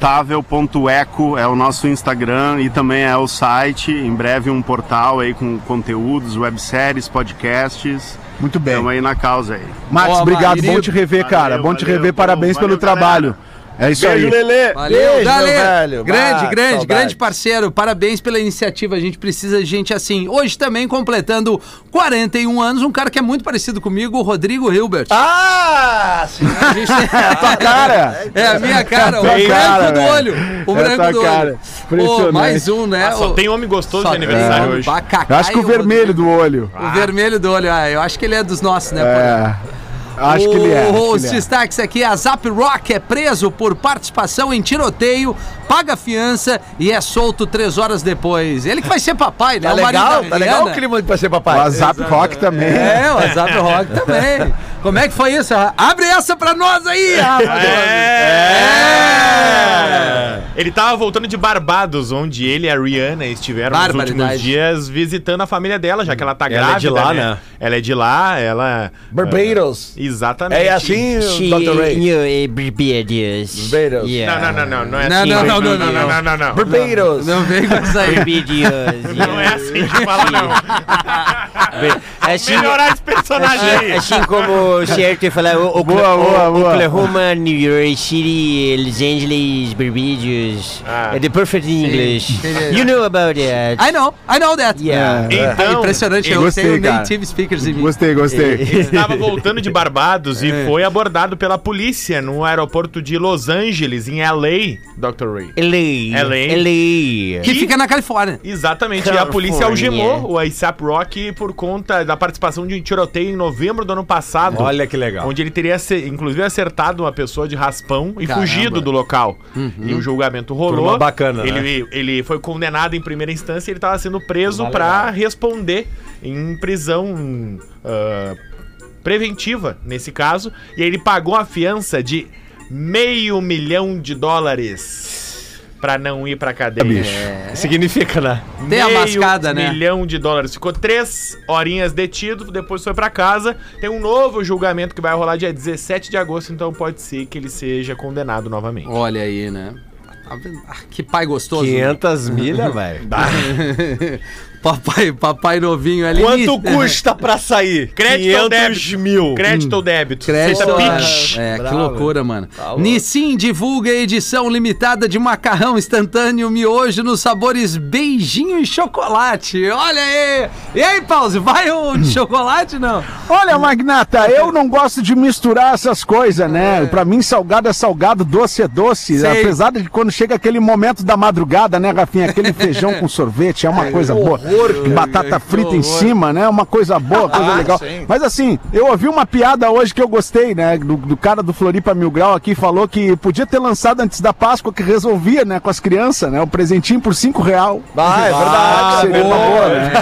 Speaker 6: Garopabasustentável.eco é o nosso
Speaker 4: *laughs*
Speaker 6: Instagram e também é o site. Em breve um portal aí com conteúdos, webséries, podcasts.
Speaker 2: Muito bem.
Speaker 6: Estamos aí na causa aí.
Speaker 2: Max,
Speaker 1: Boa,
Speaker 2: obrigado.
Speaker 1: Maíra.
Speaker 2: Bom te rever, cara.
Speaker 6: Valeu,
Speaker 2: Bom te
Speaker 6: valeu,
Speaker 2: rever.
Speaker 6: bom,
Speaker 2: Parabéns
Speaker 6: valeu,
Speaker 2: pelo trabalho. É isso aí.
Speaker 3: Lelê.
Speaker 1: Valeu,
Speaker 3: Beijo,
Speaker 1: Galê.
Speaker 3: meu velho.
Speaker 1: Grande,
Speaker 3: Ah,
Speaker 1: grande,
Speaker 3: saudade.
Speaker 1: grande parceiro. Parabéns pela iniciativa. A gente precisa de gente assim. Hoje também completando 41 anos, um cara que é muito parecido comigo, o Rodrigo Hilbert.
Speaker 3: Ah, sim.
Speaker 1: A gente tem-
Speaker 2: É a tua cara.
Speaker 1: É a minha cara, o
Speaker 2: tua
Speaker 1: branco
Speaker 2: cara,
Speaker 1: do
Speaker 2: velho.
Speaker 1: olho. O
Speaker 2: É a
Speaker 1: branco
Speaker 2: tua
Speaker 1: do
Speaker 2: cara.
Speaker 1: olho. Pô,
Speaker 2: Impressionante.
Speaker 1: mais um, né?
Speaker 5: Ah, só
Speaker 1: O-
Speaker 5: tem homem gostoso
Speaker 1: só
Speaker 5: de aniversário
Speaker 1: tem um
Speaker 5: hoje.
Speaker 1: bacacá
Speaker 2: Eu acho que
Speaker 1: e
Speaker 2: o vermelho
Speaker 1: Rodrigo.
Speaker 2: do olho.
Speaker 1: O vermelho do olho, ah, eu acho que ele é dos nossos, né? Porã?
Speaker 2: É. Acho que ele é. acho que
Speaker 1: Os
Speaker 2: ele é.
Speaker 1: destaques aqui: a Zap Rock é preso por participação em tiroteio, paga fiança e é solto três horas depois. Ele que vai ser papai, né?
Speaker 3: Tá
Speaker 1: O marido
Speaker 3: legal,
Speaker 1: da
Speaker 3: tá legal o
Speaker 1: Rihanna.
Speaker 3: clima de pra ser
Speaker 2: O
Speaker 3: papai.
Speaker 2: WhatsApp Rock também.
Speaker 1: É, o WhatsApp Rock também. Como é que foi isso? Abre essa pra nós
Speaker 2: *laughs*
Speaker 1: aí! rapaz.
Speaker 5: É! Ele tava voltando de Barbados, onde ele e a Rihanna estiveram nos
Speaker 1: Barbaridade.
Speaker 5: últimos dias visitando a família dela, já que ela tá
Speaker 4: é
Speaker 5: grávida.
Speaker 4: de lá, né?
Speaker 5: Ela é de lá, ela.
Speaker 3: Barbados.
Speaker 5: Exatamente.
Speaker 3: É assim, Dr. Ray? Barbados.
Speaker 5: Não, não, não, não, não é
Speaker 1: Não,
Speaker 5: assim.
Speaker 1: não, não, não, não,
Speaker 5: não, não, não, não.
Speaker 3: Barbados.
Speaker 1: Não vem com essa aí.
Speaker 5: Não é assim que
Speaker 1: *laughs*
Speaker 5: fala, não.
Speaker 4: é
Speaker 7: Assim,
Speaker 5: Melhorar esse
Speaker 1: É
Speaker 5: personagem aí.
Speaker 7: assim como o certo falar o, o,
Speaker 2: Boa, boa, boa.
Speaker 7: Oklahoma, New York City, Los Angeles, Barbados.
Speaker 5: Ah.
Speaker 4: É
Speaker 7: The perfect English.
Speaker 1: beleza.
Speaker 7: You know about that.
Speaker 1: I know, I know that.
Speaker 7: Yeah.
Speaker 1: É
Speaker 5: Então,
Speaker 1: impressionante, eu
Speaker 2: Gostei,
Speaker 1: tenho
Speaker 2: cara.
Speaker 1: native speakers em mim.
Speaker 2: Gostei, gostei.
Speaker 5: Ele estava voltando de
Speaker 1: *laughs*
Speaker 5: Barbados
Speaker 1: É.
Speaker 5: e foi abordado pela polícia no aeroporto de Los Angeles, em LA, Dr. Ray.
Speaker 7: LA.
Speaker 5: LA.
Speaker 7: LA.
Speaker 1: Que fica na Califórnia.
Speaker 5: Exatamente, e a polícia algemou o ASAP Rock por conta da participação de um tiroteio em novembro do ano passado.
Speaker 4: Olha que legal.
Speaker 5: Onde ele teria, ace- inclusive, acertado uma pessoa de raspão e
Speaker 1: Caramba.
Speaker 5: fugido do local. E o julgamento rolou.
Speaker 4: Uhum. Turma bacana, né?
Speaker 5: ele, ele foi condenado em primeira instância e ele estava sendo preso para responder em prisão ah, preventiva, nesse caso. E aí ele pagou a fiança de meio milhão de dólares para não ir para cadeia.
Speaker 4: Significa, né?
Speaker 1: Tem a
Speaker 5: Meio
Speaker 1: mascada, né?
Speaker 5: milhão de dólares. Ficou três horinhas detido, depois foi pra casa. Tem um novo julgamento que vai rolar dia 17 de agosto, então pode ser que ele seja condenado novamente.
Speaker 1: Olha aí, né? Ah, que pai gostoso. né?
Speaker 4: 500 milha, velho.
Speaker 1: *laughs* papai, papai novinho ali.
Speaker 4: Quanto custa pra sair?
Speaker 5: Crédito ou
Speaker 4: 500
Speaker 5: débito?
Speaker 4: mil.
Speaker 5: Crédito ou débito?
Speaker 1: Hum.
Speaker 5: tá
Speaker 1: Crédito,
Speaker 5: Aceita
Speaker 1: ah,
Speaker 5: Pix.
Speaker 1: é, que loucura, mano. Nissin divulga edição limitada de macarrão instantâneo miojo nos sabores beijinho e chocolate. Olha aí! E aí, Pause, vai o de chocolate, não?
Speaker 2: Olha, Magnata, eu não gosto de misturar essas coisas, né? Pra mim, salgado é salgado, doce é doce.
Speaker 1: Sei.
Speaker 2: Apesar de quando chega aquele momento da madrugada, né, Rafinha? Aquele feijão com sorvete é uma coisa boa. Batata frita em
Speaker 1: horror.
Speaker 2: cima, né? É uma coisa boa, coisa legal. Mas assim, eu ouvi uma piada hoje que eu gostei, né? Do, do cara do Floripa Mil Grau aqui falou que podia ter lançado antes da Páscoa, que resolvia, né? Com as crianças, né? Um presentinho por cinco real.
Speaker 3: Ah, é verdade.
Speaker 2: seria uma boa,
Speaker 3: né?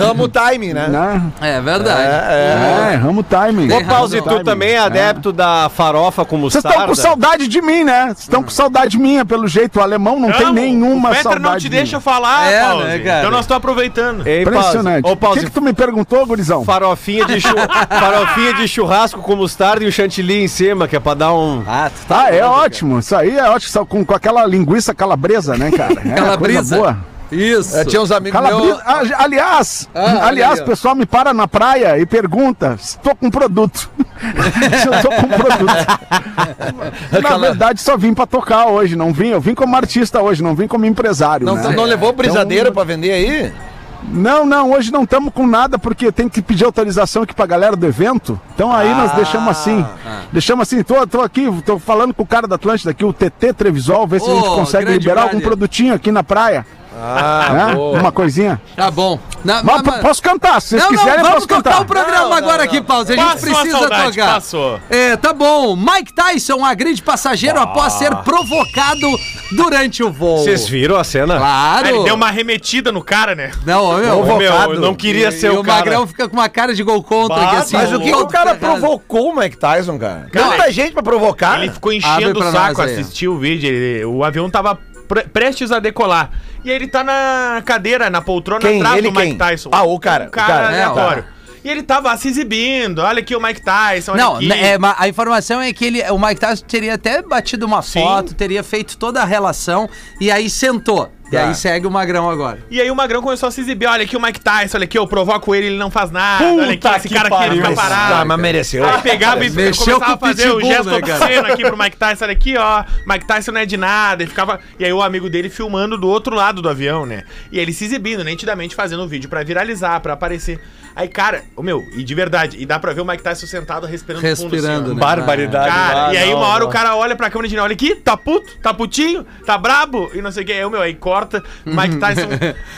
Speaker 3: *laughs* Erramos o timing, né?
Speaker 2: Né?
Speaker 1: É verdade.
Speaker 2: É, erramos o timing. né?
Speaker 1: Tem
Speaker 4: Ô, Pause,
Speaker 1: razão.
Speaker 4: tu também é adepto da farofa com
Speaker 2: Vocês
Speaker 4: mostarda?
Speaker 2: estão com saudade de mim, né? Vocês estão com saudade minha, pelo jeito. O alemão não tem
Speaker 5: Amo.
Speaker 2: nenhuma
Speaker 5: O Peter
Speaker 2: saudade.
Speaker 5: não te
Speaker 2: minha.
Speaker 5: deixa falar,
Speaker 1: É,
Speaker 5: Pause.
Speaker 1: né, cara?
Speaker 5: Então nós estamos aproveitando.
Speaker 4: Ei, Pause.
Speaker 2: Impressionante.
Speaker 4: Ô,
Speaker 2: o que,
Speaker 4: Pause,
Speaker 2: que tu me perguntou, gurizão?
Speaker 4: farofinha,
Speaker 2: *laughs*
Speaker 4: de chu- farofinha de churrasco com mostarda e o chantilly em cima, que é pra dar um...
Speaker 1: Ah, tu
Speaker 2: Ah, é
Speaker 1: doido,
Speaker 2: ótimo. Isso aí é ótimo. Só Com, com aquela linguiça calabresa, né,
Speaker 4: *laughs*
Speaker 2: cara? É,
Speaker 1: Calabresa.
Speaker 2: Coisa boa.
Speaker 1: Isso.
Speaker 3: É, tinha uns amigos meus.
Speaker 2: Calabresa. Ah, Aliás,
Speaker 1: Ah,
Speaker 2: aliás,
Speaker 1: olha aí, ó.
Speaker 2: o pessoal me para na praia e pergunta se tô com produto. *laughs* se eu tô com produto.
Speaker 4: *laughs*
Speaker 2: na verdade, só vim pra tocar hoje. Não vim. Eu vim como artista hoje. Não vim como empresário.
Speaker 3: Não,
Speaker 2: né?
Speaker 3: tu não levou brisadeiro pra vender aí?
Speaker 2: Não, não, hoje não estamos com nada porque tem que pedir autorização aqui pra galera do evento. Então aí
Speaker 1: Ah,
Speaker 2: nós deixamos assim. Deixamos assim, tô, tô aqui, tô falando com o cara da Atlântida aqui, o TT Trevisol, ver se a gente
Speaker 1: Ô,
Speaker 2: consegue
Speaker 1: grande
Speaker 2: liberar algum
Speaker 1: brother.
Speaker 2: produtinho aqui na praia. né? Uma coisinha.
Speaker 1: Tá bom. Na- mas-
Speaker 2: Mas,
Speaker 1: mas-
Speaker 2: Posso cantar, se vocês
Speaker 1: não,
Speaker 2: quiserem,
Speaker 1: não,
Speaker 2: eu
Speaker 1: vamos
Speaker 2: posso
Speaker 1: tocar
Speaker 2: cantar.
Speaker 1: o programa agora aqui, Pause. A gente
Speaker 5: Passou a
Speaker 1: precisa
Speaker 5: saudade,
Speaker 1: tocar.
Speaker 5: passou.
Speaker 1: É, tá bom. Mike Tyson agride passageiro após ser provocado durante o voo.
Speaker 4: Vocês viram a cena?
Speaker 1: Claro.
Speaker 5: Ah, ele deu uma arremetida no cara, né?
Speaker 1: Não, meu.
Speaker 4: Ô, meu,
Speaker 1: Provocado.
Speaker 4: eu não queria
Speaker 1: E-
Speaker 4: ser
Speaker 1: e
Speaker 4: o cara.
Speaker 1: Magrão fica com uma cara de gol contra aqui, assim.
Speaker 3: mas o que
Speaker 1: gol
Speaker 3: o cara
Speaker 1: contra-
Speaker 3: provocou o Mike Tyson, cara?
Speaker 5: Cara,
Speaker 3: Tanta gente pra provocar.
Speaker 5: Ele ficou
Speaker 1: abre
Speaker 5: enchendo
Speaker 1: pra
Speaker 5: o saco,
Speaker 1: nós aí, ó.
Speaker 5: assistiu o vídeo, ele- o avião tava pre- prestes a decolar. E aí ele tá na cadeira, na poltrona
Speaker 3: Quem?
Speaker 5: atrás
Speaker 3: Ele
Speaker 5: do Mike
Speaker 3: quem?
Speaker 5: Tyson.
Speaker 3: Ah, o cara,
Speaker 5: Um
Speaker 3: o
Speaker 5: cara,
Speaker 3: cara.
Speaker 1: É,
Speaker 5: aleatório. E ele tava se exibindo, olha aqui o Mike Tyson, olha
Speaker 1: Não,
Speaker 5: aqui.
Speaker 1: né, é, ma- a informação é que ele, o Mike Tyson teria até batido uma
Speaker 5: Sim.
Speaker 1: foto, teria feito toda a relação e aí sentou. E aí segue o Magrão agora.
Speaker 5: E aí o Magrão começou a se exibir, olha aqui o Mike Tyson, olha aqui, eu provoco ele, ele não faz nada, olha aqui, esse cara aqui, ele fica
Speaker 3: Ah,
Speaker 5: parado.
Speaker 3: mas mereceu.
Speaker 5: Aí pegava e
Speaker 1: é Mexeu
Speaker 5: começava
Speaker 1: com
Speaker 5: a
Speaker 1: o
Speaker 5: fazer o
Speaker 1: pitbull,
Speaker 5: gesto
Speaker 1: né, cara?
Speaker 5: obsceno aqui pro Mike Tyson, olha aqui, ó, Mike Tyson não é de nada, e ficava... E aí o amigo dele filmando do outro lado do avião, né? E ele se exibindo, nitidamente fazendo um vídeo pra viralizar, pra aparecer. Aí, cara, o meu, e de verdade, e dá pra ver o Mike Tyson sentado respirando
Speaker 1: Respirando,
Speaker 5: fundo, assim, ó.
Speaker 1: né?
Speaker 4: Barbaridade.
Speaker 5: Cara,
Speaker 4: Ah,
Speaker 5: e aí
Speaker 4: não,
Speaker 5: uma hora
Speaker 4: não.
Speaker 5: o cara olha pra câmera de novo, olha aqui, tá puto, tá putinho, tá brabo, e não sei o que. Aí, meu, aí corta,
Speaker 1: *laughs*
Speaker 5: Mike Tyson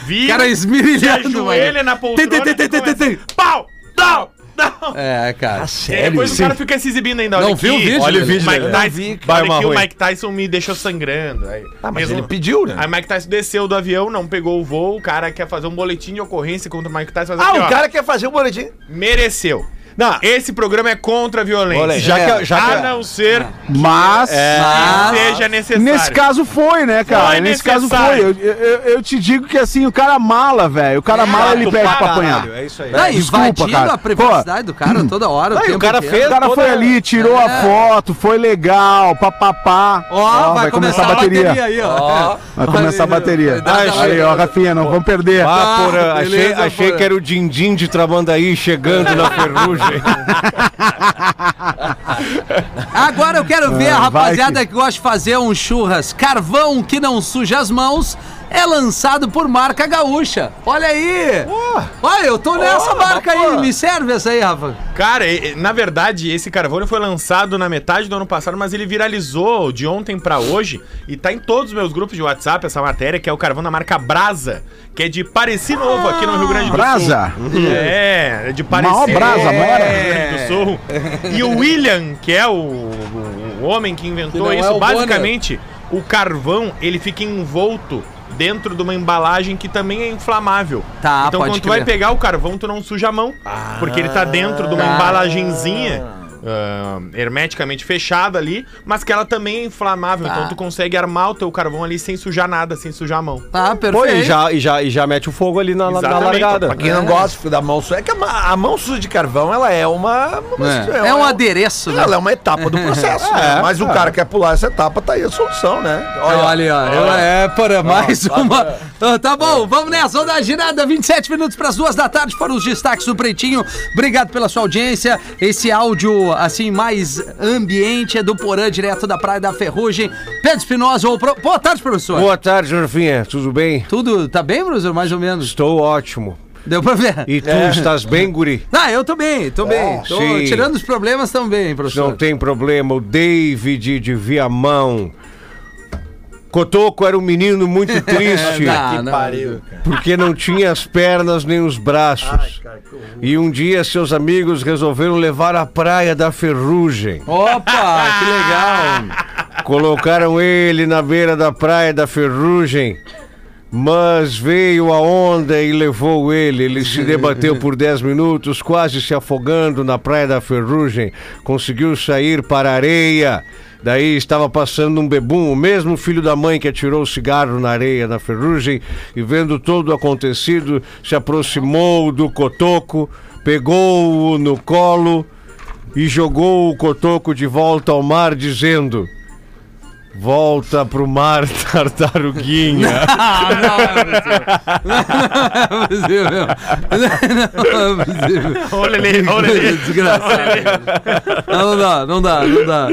Speaker 5: vira,
Speaker 1: Cara esmirilhando,
Speaker 5: se ajoelha
Speaker 1: mano.
Speaker 5: na poltrona
Speaker 1: Tem, tem, tem,
Speaker 5: e
Speaker 1: tem, tem, tem.
Speaker 5: começa, Pau, não, não.
Speaker 1: É, cara.
Speaker 5: E aí depois o cara fica se exibindo ainda, olha
Speaker 1: Não
Speaker 5: aqui,
Speaker 1: viu o vídeo,
Speaker 5: olha
Speaker 1: velho?
Speaker 5: o vídeo, Mike
Speaker 4: Não
Speaker 5: Tyson,
Speaker 4: vi, cara.
Speaker 5: olha
Speaker 4: Vai,
Speaker 5: aqui, o
Speaker 4: Marroi.
Speaker 5: Mike Tyson me deixou sangrando. Aí,
Speaker 3: Ah, mas
Speaker 5: mesmo-
Speaker 3: ele pediu, né?
Speaker 5: Aí Mike Tyson desceu do avião, não pegou o voo, o cara quer fazer um boletim de ocorrência contra o Mike Tyson. faz
Speaker 3: Ah,
Speaker 5: aqui,
Speaker 3: o
Speaker 5: ó,
Speaker 3: cara quer fazer o boletim.
Speaker 5: mereceu.
Speaker 4: Não.
Speaker 5: Esse programa é contra a violência.
Speaker 4: Olha aí. Já que- já que-
Speaker 5: a não ser
Speaker 2: Mas.
Speaker 5: que seja É necessário.
Speaker 2: Nesse caso foi, né, cara?
Speaker 5: Foi
Speaker 2: Nesse
Speaker 5: necessário. É
Speaker 2: caso foi. Eu, eu, eu te digo que assim, o cara mala, velho. O cara mala, ele
Speaker 4: do
Speaker 2: pede pra
Speaker 4: caralho,
Speaker 2: apanhar.
Speaker 4: É isso aí.
Speaker 1: Tá
Speaker 2: desculpa,
Speaker 1: invadindo
Speaker 2: cara. hum.
Speaker 1: a privacidade do cara toda hora.
Speaker 4: Aí o
Speaker 1: tempo
Speaker 4: cara
Speaker 1: inteiro. né?
Speaker 4: fez- É.
Speaker 2: O cara foi ali, tirou a foto, foi legal, papapá.
Speaker 1: Ó, vai, começar, a bateria, aí, ó.
Speaker 4: né?
Speaker 2: Vai começar a bateria.
Speaker 1: Vai, vai,
Speaker 2: Aí, ó, Rafinha, não vamos perder.
Speaker 4: Ah,
Speaker 1: Ah,
Speaker 4: porra, achei,
Speaker 1: beleza,
Speaker 4: achei
Speaker 1: porra.
Speaker 4: que era o Dindim de Tramandaí chegando na ferrugem.
Speaker 2: *laughs*
Speaker 1: Agora eu quero ver a
Speaker 2: Ah, vai
Speaker 1: rapaziada que... gosta de fazer um churras. Carvão que não suja as mãos é lançado por marca gaúcha. Olha aí! Olha, eu tô nessa marca aí. Me serve essa aí, Rafa.
Speaker 5: Cara, e- e- na verdade, esse carvão foi lançado na metade do ano passado, mas ele viralizou de ontem pra hoje e tá em todos os meus grupos de WhatsApp essa matéria, que é o carvão da marca Brasa, que é de Pareci Novo aqui no Rio Grande
Speaker 2: Ah,
Speaker 5: do Sul.
Speaker 2: Brasa.
Speaker 5: É, é de Pareci
Speaker 2: Maior brasa, maior.
Speaker 5: É, do Sul. E o William, que é o, o homem que inventou
Speaker 1: Que não
Speaker 5: isso,
Speaker 1: é o
Speaker 5: basicamente, o carvão, ele fica envolto dentro de uma embalagem que também é inflamável.
Speaker 1: Tá,
Speaker 5: então
Speaker 1: pode
Speaker 5: quando tu vai
Speaker 1: crer.
Speaker 5: pegar o carvão, tu não suja a mão, porque ele
Speaker 2: Ah.
Speaker 5: tá dentro de uma
Speaker 1: tá.
Speaker 5: embalagenzinha ah, hermeticamente fechada ali, mas que ela também é inflamável,
Speaker 2: Tá.
Speaker 5: então tu consegue armar o teu carvão ali sem sujar nada, sem sujar a mão. *laughs*
Speaker 1: Tá, perfeito.
Speaker 4: Pô, e já, e, já, e já mete o fogo ali na, na
Speaker 5: Exatamente.
Speaker 4: largada.
Speaker 3: Pra quem não gosta da mão suja, é que a, ma- a mão suja de carvão, ela é uma... uma-
Speaker 1: É, é um adereço, né?
Speaker 3: Ela é uma etapa
Speaker 1: *laughs*
Speaker 3: do processo, né?
Speaker 4: É.
Speaker 3: Mas o cara quer pular essa etapa, tá aí a solução, né?
Speaker 1: Olha, olha, olha. é para mais uma. Ah, tá bom, vamos nessa, onda girada, 27 minutos para as duas da tarde foram os destaques do Pretinho. Obrigado pela sua audiência. Esse áudio, assim, mais ambiente é do Porã, direto da Praia da Ferrugem. Pedro Espinosa, ou pro... boa tarde, professor.
Speaker 4: Boa tarde, Rafinha. Tudo bem?
Speaker 1: Tudo tá bem, professor? Mais ou menos.
Speaker 4: Estou ótimo.
Speaker 1: Deu pra ver?
Speaker 4: E tu estás bem, guri?
Speaker 1: Ah, eu tô bem, tô bem. Tô
Speaker 4: sim.
Speaker 1: tirando os problemas também, professor.
Speaker 4: Não tem problema, o David de Viamão. Cotoco era um menino muito triste,
Speaker 1: Não, não.
Speaker 4: porque não tinha as pernas nem os braços. E um dia seus amigos resolveram levar à praia da ferrugem.
Speaker 1: Opa, que legal.
Speaker 4: Colocaram ele na beira da praia da ferrugem. Mas veio a onda e levou ele. Ele se debateu por 10 minutos, quase se afogando na Praia da Ferrugem. Conseguiu sair para a areia. Daí estava passando um bebum, o mesmo filho da mãe que atirou o cigarro na areia na ferrugem, e vendo todo o acontecido, se aproximou do cotoco, pegou-o no colo e jogou o cotoco de volta ao mar, dizendo: Volta pro mar, *laughs* tartaruguinha.
Speaker 1: Não é possível.
Speaker 4: *laughs*
Speaker 1: Não é possível.
Speaker 5: Olha ele,
Speaker 1: *laughs*
Speaker 5: olha ele.
Speaker 1: Desgraçado. Não, não dá, não dá, não dá.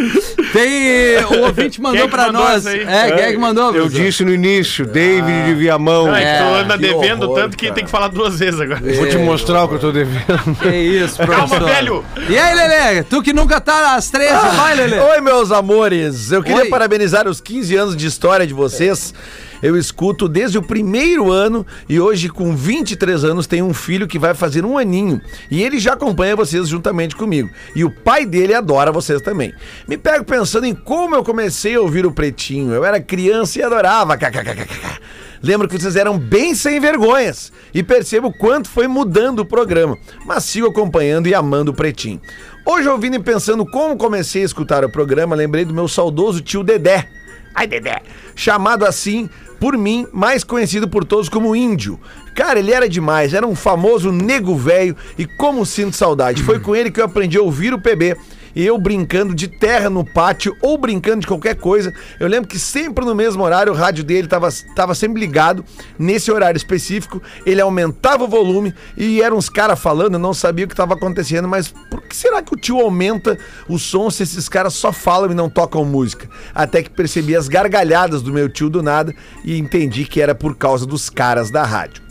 Speaker 1: Tem. O ouvinte mandou
Speaker 5: Quem é que
Speaker 1: pra
Speaker 5: mandou
Speaker 1: nós.
Speaker 5: essa aí?
Speaker 1: É, quem é que mandou?
Speaker 4: Eu
Speaker 1: professor? Ah.
Speaker 4: disse no início, David de Viamão.
Speaker 5: Ai,
Speaker 1: É,
Speaker 5: tu Ah, então anda
Speaker 2: que
Speaker 5: devendo
Speaker 2: horror,
Speaker 5: tanto que
Speaker 2: cara.
Speaker 5: tem que falar duas vezes agora.
Speaker 4: Vou te mostrar o que eu tô devendo.
Speaker 1: Que isso, professor.
Speaker 5: Calma, velho.
Speaker 1: E aí, Lelê? Tu que nunca tá às 13,
Speaker 3: Ah,
Speaker 1: vai, Lelê.
Speaker 3: Oi, meus amores. Eu queria
Speaker 1: Oi.
Speaker 3: parabenizar os 15 anos de história de vocês. Eu escuto desde o primeiro ano e hoje, com 23 anos, tenho um filho que vai fazer um aninho. E ele já acompanha vocês juntamente comigo. E o pai dele adora vocês também. Me pego pensando em como eu comecei a ouvir o Pretinho. Eu era criança e adorava. kkkk. Lembro que vocês eram bem sem vergonhas e percebo o quanto foi mudando o programa, mas sigo acompanhando e amando o Pretinho. Hoje, ouvindo e pensando como comecei a escutar o programa, lembrei do meu saudoso tio Dedé. Ai, Dedé! Chamado assim por mim, mais conhecido por todos como Índio. Cara, ele era demais, era um famoso nego velho e como sinto saudade. Foi com ele que eu aprendi a ouvir o PB e eu brincando de terra no pátio ou brincando de qualquer coisa. Eu lembro que sempre no mesmo horário o rádio dele tava, tava sempre ligado. Nesse horário específico, ele aumentava o volume e eram uns caras falando, eu não sabia o que estava acontecendo, mas por que será que o tio aumenta o som se esses caras só falam e não tocam música? Até que percebi as gargalhadas do meu tio do nada e entendi que era por causa dos caras da rádio.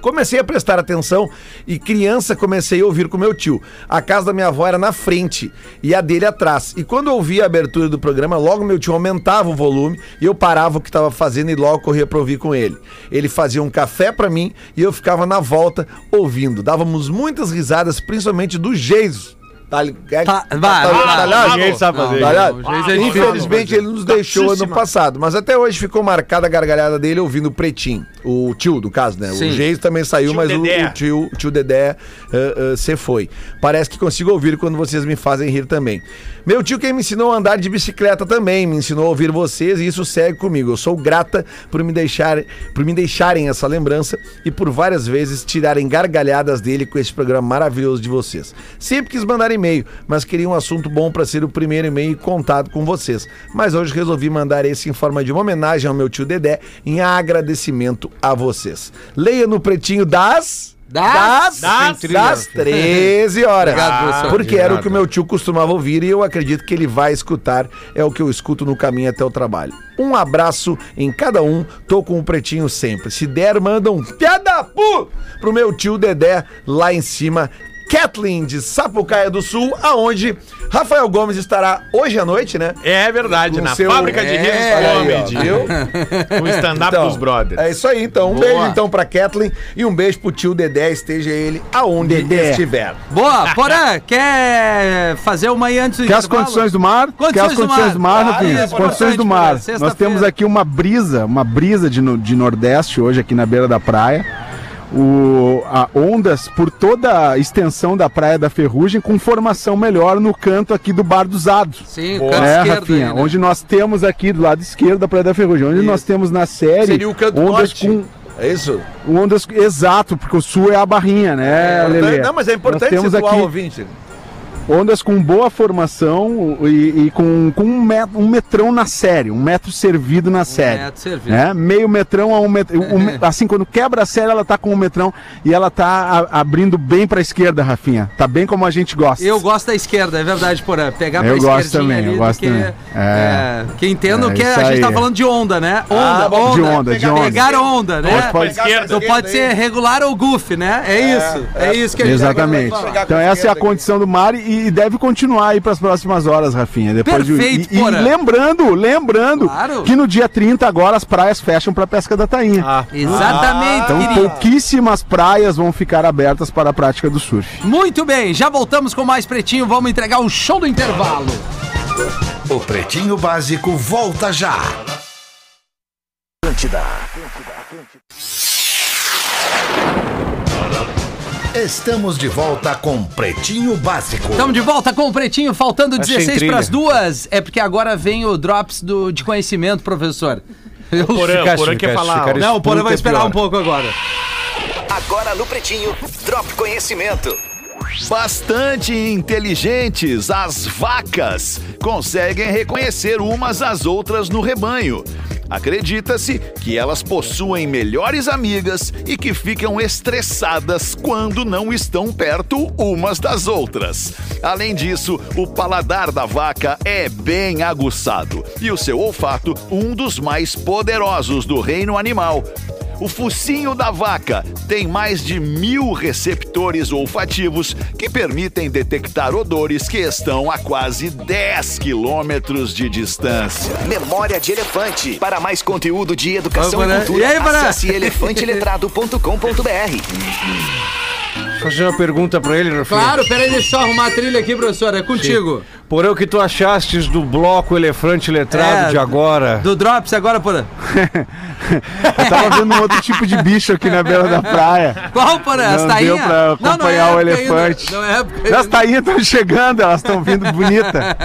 Speaker 3: Comecei a prestar atenção e criança comecei a ouvir com meu tio. A casa da minha avó era na frente e a dele atrás. E quando eu ouvia a abertura do programa, logo meu tio aumentava o volume e eu parava o que estava fazendo e logo corria para ouvir com ele. Ele fazia um café para mim e eu ficava na volta ouvindo. Dávamos muitas risadas, principalmente do Geiso. Tá, li- é-
Speaker 1: Tá- vai, vai,
Speaker 3: talhado?
Speaker 4: vai, Geiso sabe fazer
Speaker 3: Tá
Speaker 4: isso.
Speaker 3: ligado?
Speaker 1: Não, o Geiso é difícil,
Speaker 3: Infelizmente ele nos deixou ano passado, mas até hoje ficou marcada a gargalhada dele ouvindo o Pretinho. O tio, do caso, né?
Speaker 1: Sim.
Speaker 3: O Geiso também saiu,
Speaker 5: Tio
Speaker 3: mas o-
Speaker 5: Dedé.
Speaker 3: o tio, o tio Dedé você foi. Parece que consigo ouvir quando vocês me fazem rir também. Meu tio quem me ensinou a andar de bicicleta também, me ensinou a ouvir vocês e isso segue comigo. Eu sou grata por me, deixar, por me deixarem essa lembrança e por várias vezes tirarem gargalhadas dele com esse programa maravilhoso de vocês. Sempre quis mandar e-mail, mas queria um assunto bom para ser o primeiro e-mail contado com vocês. Mas hoje resolvi mandar esse em forma de uma homenagem ao meu tio Dedé em agradecimento a vocês. Leia no pretinho das...
Speaker 1: Das-
Speaker 3: das,
Speaker 5: Sem
Speaker 3: das
Speaker 1: *laughs*
Speaker 3: 13 horas.
Speaker 1: Obrigado, professor.
Speaker 3: Porque era o que o meu tio costumava ouvir e eu acredito que ele vai escutar. É o que eu escuto no caminho até o trabalho. Um abraço em cada um. Tô com o pretinho sempre. Se der, manda um piada pu pro meu tio Dedé lá em cima. Kathleen de Sapucaia do Sul, aonde Rafael Gomes estará hoje à noite, né?
Speaker 5: *laughs* É verdade,
Speaker 3: Com
Speaker 5: na
Speaker 3: seu-
Speaker 5: fábrica de
Speaker 3: É,
Speaker 5: rios
Speaker 3: olha aí, ó,
Speaker 5: comedy.
Speaker 3: viu?
Speaker 5: O stand-up
Speaker 3: Então,
Speaker 5: dos brothers.
Speaker 3: É isso aí, então. Um
Speaker 5: Boa.
Speaker 3: beijo então pra Kathleen e um beijo pro tio Dedé, esteja ele aonde
Speaker 1: Dedé.
Speaker 3: estiver.
Speaker 1: Boa, Porã, quer fazer uma aí antes do
Speaker 2: Quer as
Speaker 1: intervalo?
Speaker 2: condições do mar? Quer
Speaker 1: Condições
Speaker 2: as
Speaker 1: do
Speaker 2: condições
Speaker 1: mar.
Speaker 2: do mar,
Speaker 1: Claro,
Speaker 2: Rafinha?
Speaker 1: é
Speaker 2: As condições do
Speaker 1: importante,
Speaker 2: mar.
Speaker 1: cara.
Speaker 2: Nós temos
Speaker 1: Sexta-feira.
Speaker 2: aqui uma brisa, uma brisa de, no- de Nordeste hoje aqui na beira da praia. O, a- ondas por toda a extensão da Praia da Ferrugem com formação melhor no canto aqui do Bar dos Ados.
Speaker 1: Sim,
Speaker 2: É,
Speaker 1: o canto esquerdo
Speaker 2: Rafinha,
Speaker 1: aí, né?
Speaker 2: onde nós temos aqui do lado esquerdo da Praia da Ferrugem, onde nós temos na série
Speaker 3: Seria o canto
Speaker 2: ondas
Speaker 3: norte.
Speaker 2: Um com
Speaker 3: É isso?
Speaker 2: ondas exato, porque o sul é a barrinha, né, Lelê?
Speaker 3: Não, mas é importante
Speaker 2: Nós temos
Speaker 3: situar o
Speaker 2: aqui
Speaker 3: ouvinte.
Speaker 2: Ondas com boa formação e, e com, com um, met- um metrão na série, um metro servido na série.
Speaker 1: Neto É, serviço.
Speaker 2: Né? Meio metrão a um metrão.
Speaker 1: *laughs*
Speaker 2: assim, quando quebra a série, ela tá com um metrão e ela tá a- abrindo bem pra esquerda, Rafinha. Tá bem como a gente gosta.
Speaker 1: Eu gosto da esquerda, é verdade, Porã. Pegar
Speaker 2: Eu
Speaker 1: pra
Speaker 2: gosto
Speaker 1: esquerdinha
Speaker 2: também, eu
Speaker 1: do
Speaker 2: gosto
Speaker 1: que,
Speaker 2: também.
Speaker 1: É.
Speaker 2: É.
Speaker 1: que entendo
Speaker 2: É,
Speaker 1: que a
Speaker 2: isso
Speaker 1: gente tá
Speaker 2: aí.
Speaker 1: falando de onda, né? Onda,
Speaker 3: Ah,
Speaker 1: onda.
Speaker 2: bom, de onda, de onda.
Speaker 1: Pegar onda, né?
Speaker 2: Pode- pode-
Speaker 5: Esquerda.
Speaker 1: Não pode ser regular ou goofy, né? É isso. É, isso que a gente tá
Speaker 2: Exatamente.
Speaker 1: falando.
Speaker 2: Então essa é a condição do mar e, e deve continuar aí para as próximas horas, Rafinha. Depois de-
Speaker 1: Perfeito,
Speaker 2: e, e
Speaker 1: Porã.
Speaker 2: lembrando, lembrando
Speaker 1: Claro. Ah,
Speaker 2: que no dia 30 agora as praias fecham para pesca da tainha.
Speaker 1: Exatamente,
Speaker 2: Então
Speaker 1: querido.
Speaker 2: pouquíssimas praias vão ficar abertas para a prática do surf.
Speaker 1: Muito bem, já voltamos com mais Pretinho. Vamos entregar o show do intervalo.
Speaker 8: O Pretinho Básico volta já. Estamos de volta com Pretinho Básico.
Speaker 1: Estamos de volta com o Pretinho, faltando
Speaker 4: sem
Speaker 1: 16
Speaker 4: trilha.
Speaker 1: para as duas. É porque agora vem o Drops do, de conhecimento, professor. Eu é
Speaker 5: Porã, o Porã quer falar. ó.
Speaker 1: Não, o Porã vai esperar um pouco agora.
Speaker 9: Agora no Pretinho, Drop Conhecimento.
Speaker 8: Bastante inteligentes, as vacas conseguem reconhecer umas às outras no rebanho. Acredita-se que elas possuem melhores amigas e que ficam estressadas quando não estão perto umas das outras. Além disso, o paladar da vaca é bem aguçado e o seu olfato um dos mais poderosos do reino animal. O focinho da vaca tem mais de mil receptores olfativos que permitem detectar odores que estão a quase 10 quilômetros de distância.
Speaker 9: Memória de Elefante. Para mais conteúdo de educação
Speaker 1: Vai,
Speaker 9: e
Speaker 1: Porã.
Speaker 9: cultura,
Speaker 1: E aí, Porã?
Speaker 9: acesse elefanteletrado.com.br.
Speaker 4: Fazer uma pergunta pra ele, Rafinha.
Speaker 1: Claro, peraí, deixa eu só arrumar a trilha aqui, professor. É contigo.
Speaker 4: Porém, o que tu achastes do bloco Elefante Letrado
Speaker 1: É,
Speaker 4: de agora?
Speaker 1: Do Drops agora, Porã.
Speaker 2: Eu tava vendo um outro tipo de bicho aqui na beira da praia.
Speaker 1: Qual, Porã? As
Speaker 2: Não
Speaker 1: tainhas?
Speaker 2: deu pra acompanhar o
Speaker 1: época ainda.
Speaker 2: elefante.
Speaker 1: Não é época
Speaker 2: As *laughs*
Speaker 1: ainda.
Speaker 2: tainhas estão chegando, elas estão vindo bonita.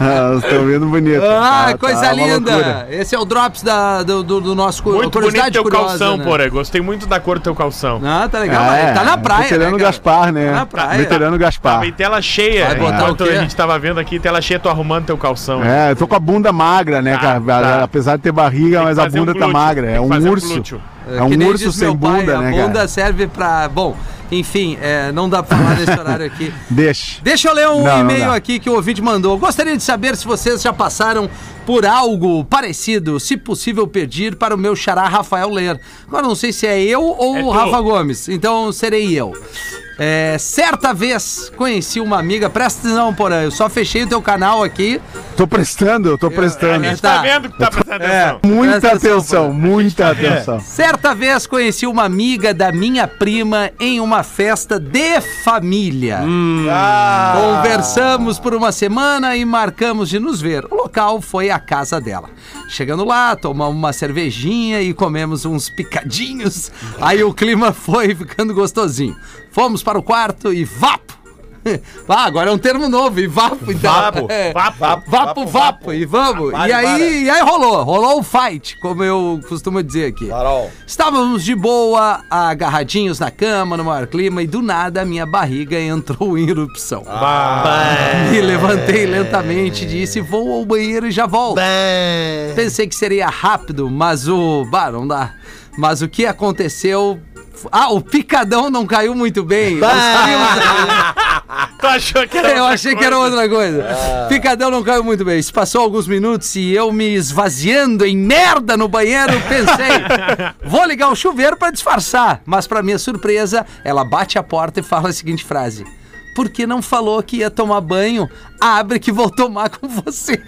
Speaker 2: Elas estão vindo bonita.
Speaker 1: Ah,
Speaker 2: Tá-
Speaker 1: coisa
Speaker 2: tá uma
Speaker 1: linda!
Speaker 2: loucura.
Speaker 1: Esse é o Drops da, do, do, do nosso cu-
Speaker 5: Muito bonito
Speaker 1: curiosidade
Speaker 5: teu
Speaker 1: curiosa,
Speaker 5: calção,
Speaker 1: né?
Speaker 5: Porã. Gostei muito da cor do teu calção.
Speaker 1: Ah, tá legal.
Speaker 2: Ah,
Speaker 1: ele tá na praia.
Speaker 2: Veterano
Speaker 1: né, cara?
Speaker 2: Gaspar, né?
Speaker 1: Tá na praia.
Speaker 2: Veterano Gaspar.
Speaker 5: Tava em tela cheia.
Speaker 1: Vai botar
Speaker 5: Enquanto
Speaker 1: o quê?
Speaker 5: a gente tava vendo aqui, tela cheia, tu arrumando teu calção.
Speaker 2: É, eu tô com a bunda magra, né,
Speaker 5: então. Tá,
Speaker 2: cara?
Speaker 5: tá.
Speaker 2: Apesar de ter barriga,
Speaker 5: Tem que
Speaker 2: mas a
Speaker 5: fazer
Speaker 2: bunda tá
Speaker 5: glúteo,
Speaker 2: magra.
Speaker 5: tem
Speaker 2: É
Speaker 5: que
Speaker 2: um
Speaker 5: fazer
Speaker 2: urso.
Speaker 5: glúteo.
Speaker 2: É um
Speaker 1: que nem
Speaker 2: urso
Speaker 1: diz
Speaker 2: sem
Speaker 1: meu pai,
Speaker 2: bunda, né,
Speaker 1: A bunda
Speaker 2: cara?
Speaker 1: serve pra. Bom, enfim, é, não dá pra falar nesse
Speaker 2: *laughs*
Speaker 1: horário aqui.
Speaker 2: Deixa.
Speaker 1: Deixa eu ler um
Speaker 2: Não, não
Speaker 1: e-mail
Speaker 2: dá.
Speaker 1: aqui que o ouvinte mandou. Gostaria de saber se vocês já passaram por algo parecido, se possível pedir para o meu xará Rafael ler. Agora não sei se é eu ou
Speaker 5: É
Speaker 1: o
Speaker 5: tu.
Speaker 1: Rafa Gomes, então serei eu. É, certa vez conheci uma amiga, presta atenção, Porã, eu só fechei o teu canal aqui.
Speaker 2: Tô prestando, eu tô prestando.
Speaker 5: A
Speaker 1: é,
Speaker 5: gente tá
Speaker 1: Tá.
Speaker 5: vendo que tá prestando atenção.
Speaker 2: Muita
Speaker 1: Presta atenção,
Speaker 2: atenção, muita atenção.
Speaker 1: Certa vez conheci uma amiga da minha prima em uma festa de família. Ah. Conversamos por uma semana e marcamos de nos ver. O local foi a casa dela. Chegando lá, tomamos uma cervejinha e comemos uns picadinhos. Aí o clima foi ficando gostosinho. Fomos para o quarto e vapo! *laughs* Ah, agora é um termo novo, e vapo, então.
Speaker 3: Vapo,
Speaker 1: É.
Speaker 5: vapo,
Speaker 1: vapo, vapo, vapo, e vamos. e aí, e aí rolou, rolou o fight, como eu costumo dizer aqui.
Speaker 3: Carol.
Speaker 1: Estávamos de boa, agarradinhos na cama, no maior clima, e do nada a minha barriga entrou em erupção. Me levantei lentamente, disse: vou ao banheiro e já volto. Pensei que seria rápido, mas o. Bah, não dá. Mas o que aconteceu. Ah, o picadão não caiu muito bem. Os primos-
Speaker 5: Tu achou que era
Speaker 1: *laughs* eu
Speaker 5: outra
Speaker 1: achei que
Speaker 5: coisa?
Speaker 1: era outra coisa.
Speaker 5: Ah.
Speaker 1: Picadão não caiu muito bem. Se passou alguns minutos e eu me esvaziando em merda no banheiro,
Speaker 5: *laughs*
Speaker 1: pensei, vou ligar o chuveiro pra disfarçar. Mas pra minha surpresa, ela bate a porta e fala a seguinte frase. Por que não falou que ia tomar banho? Abre que vou tomar com você.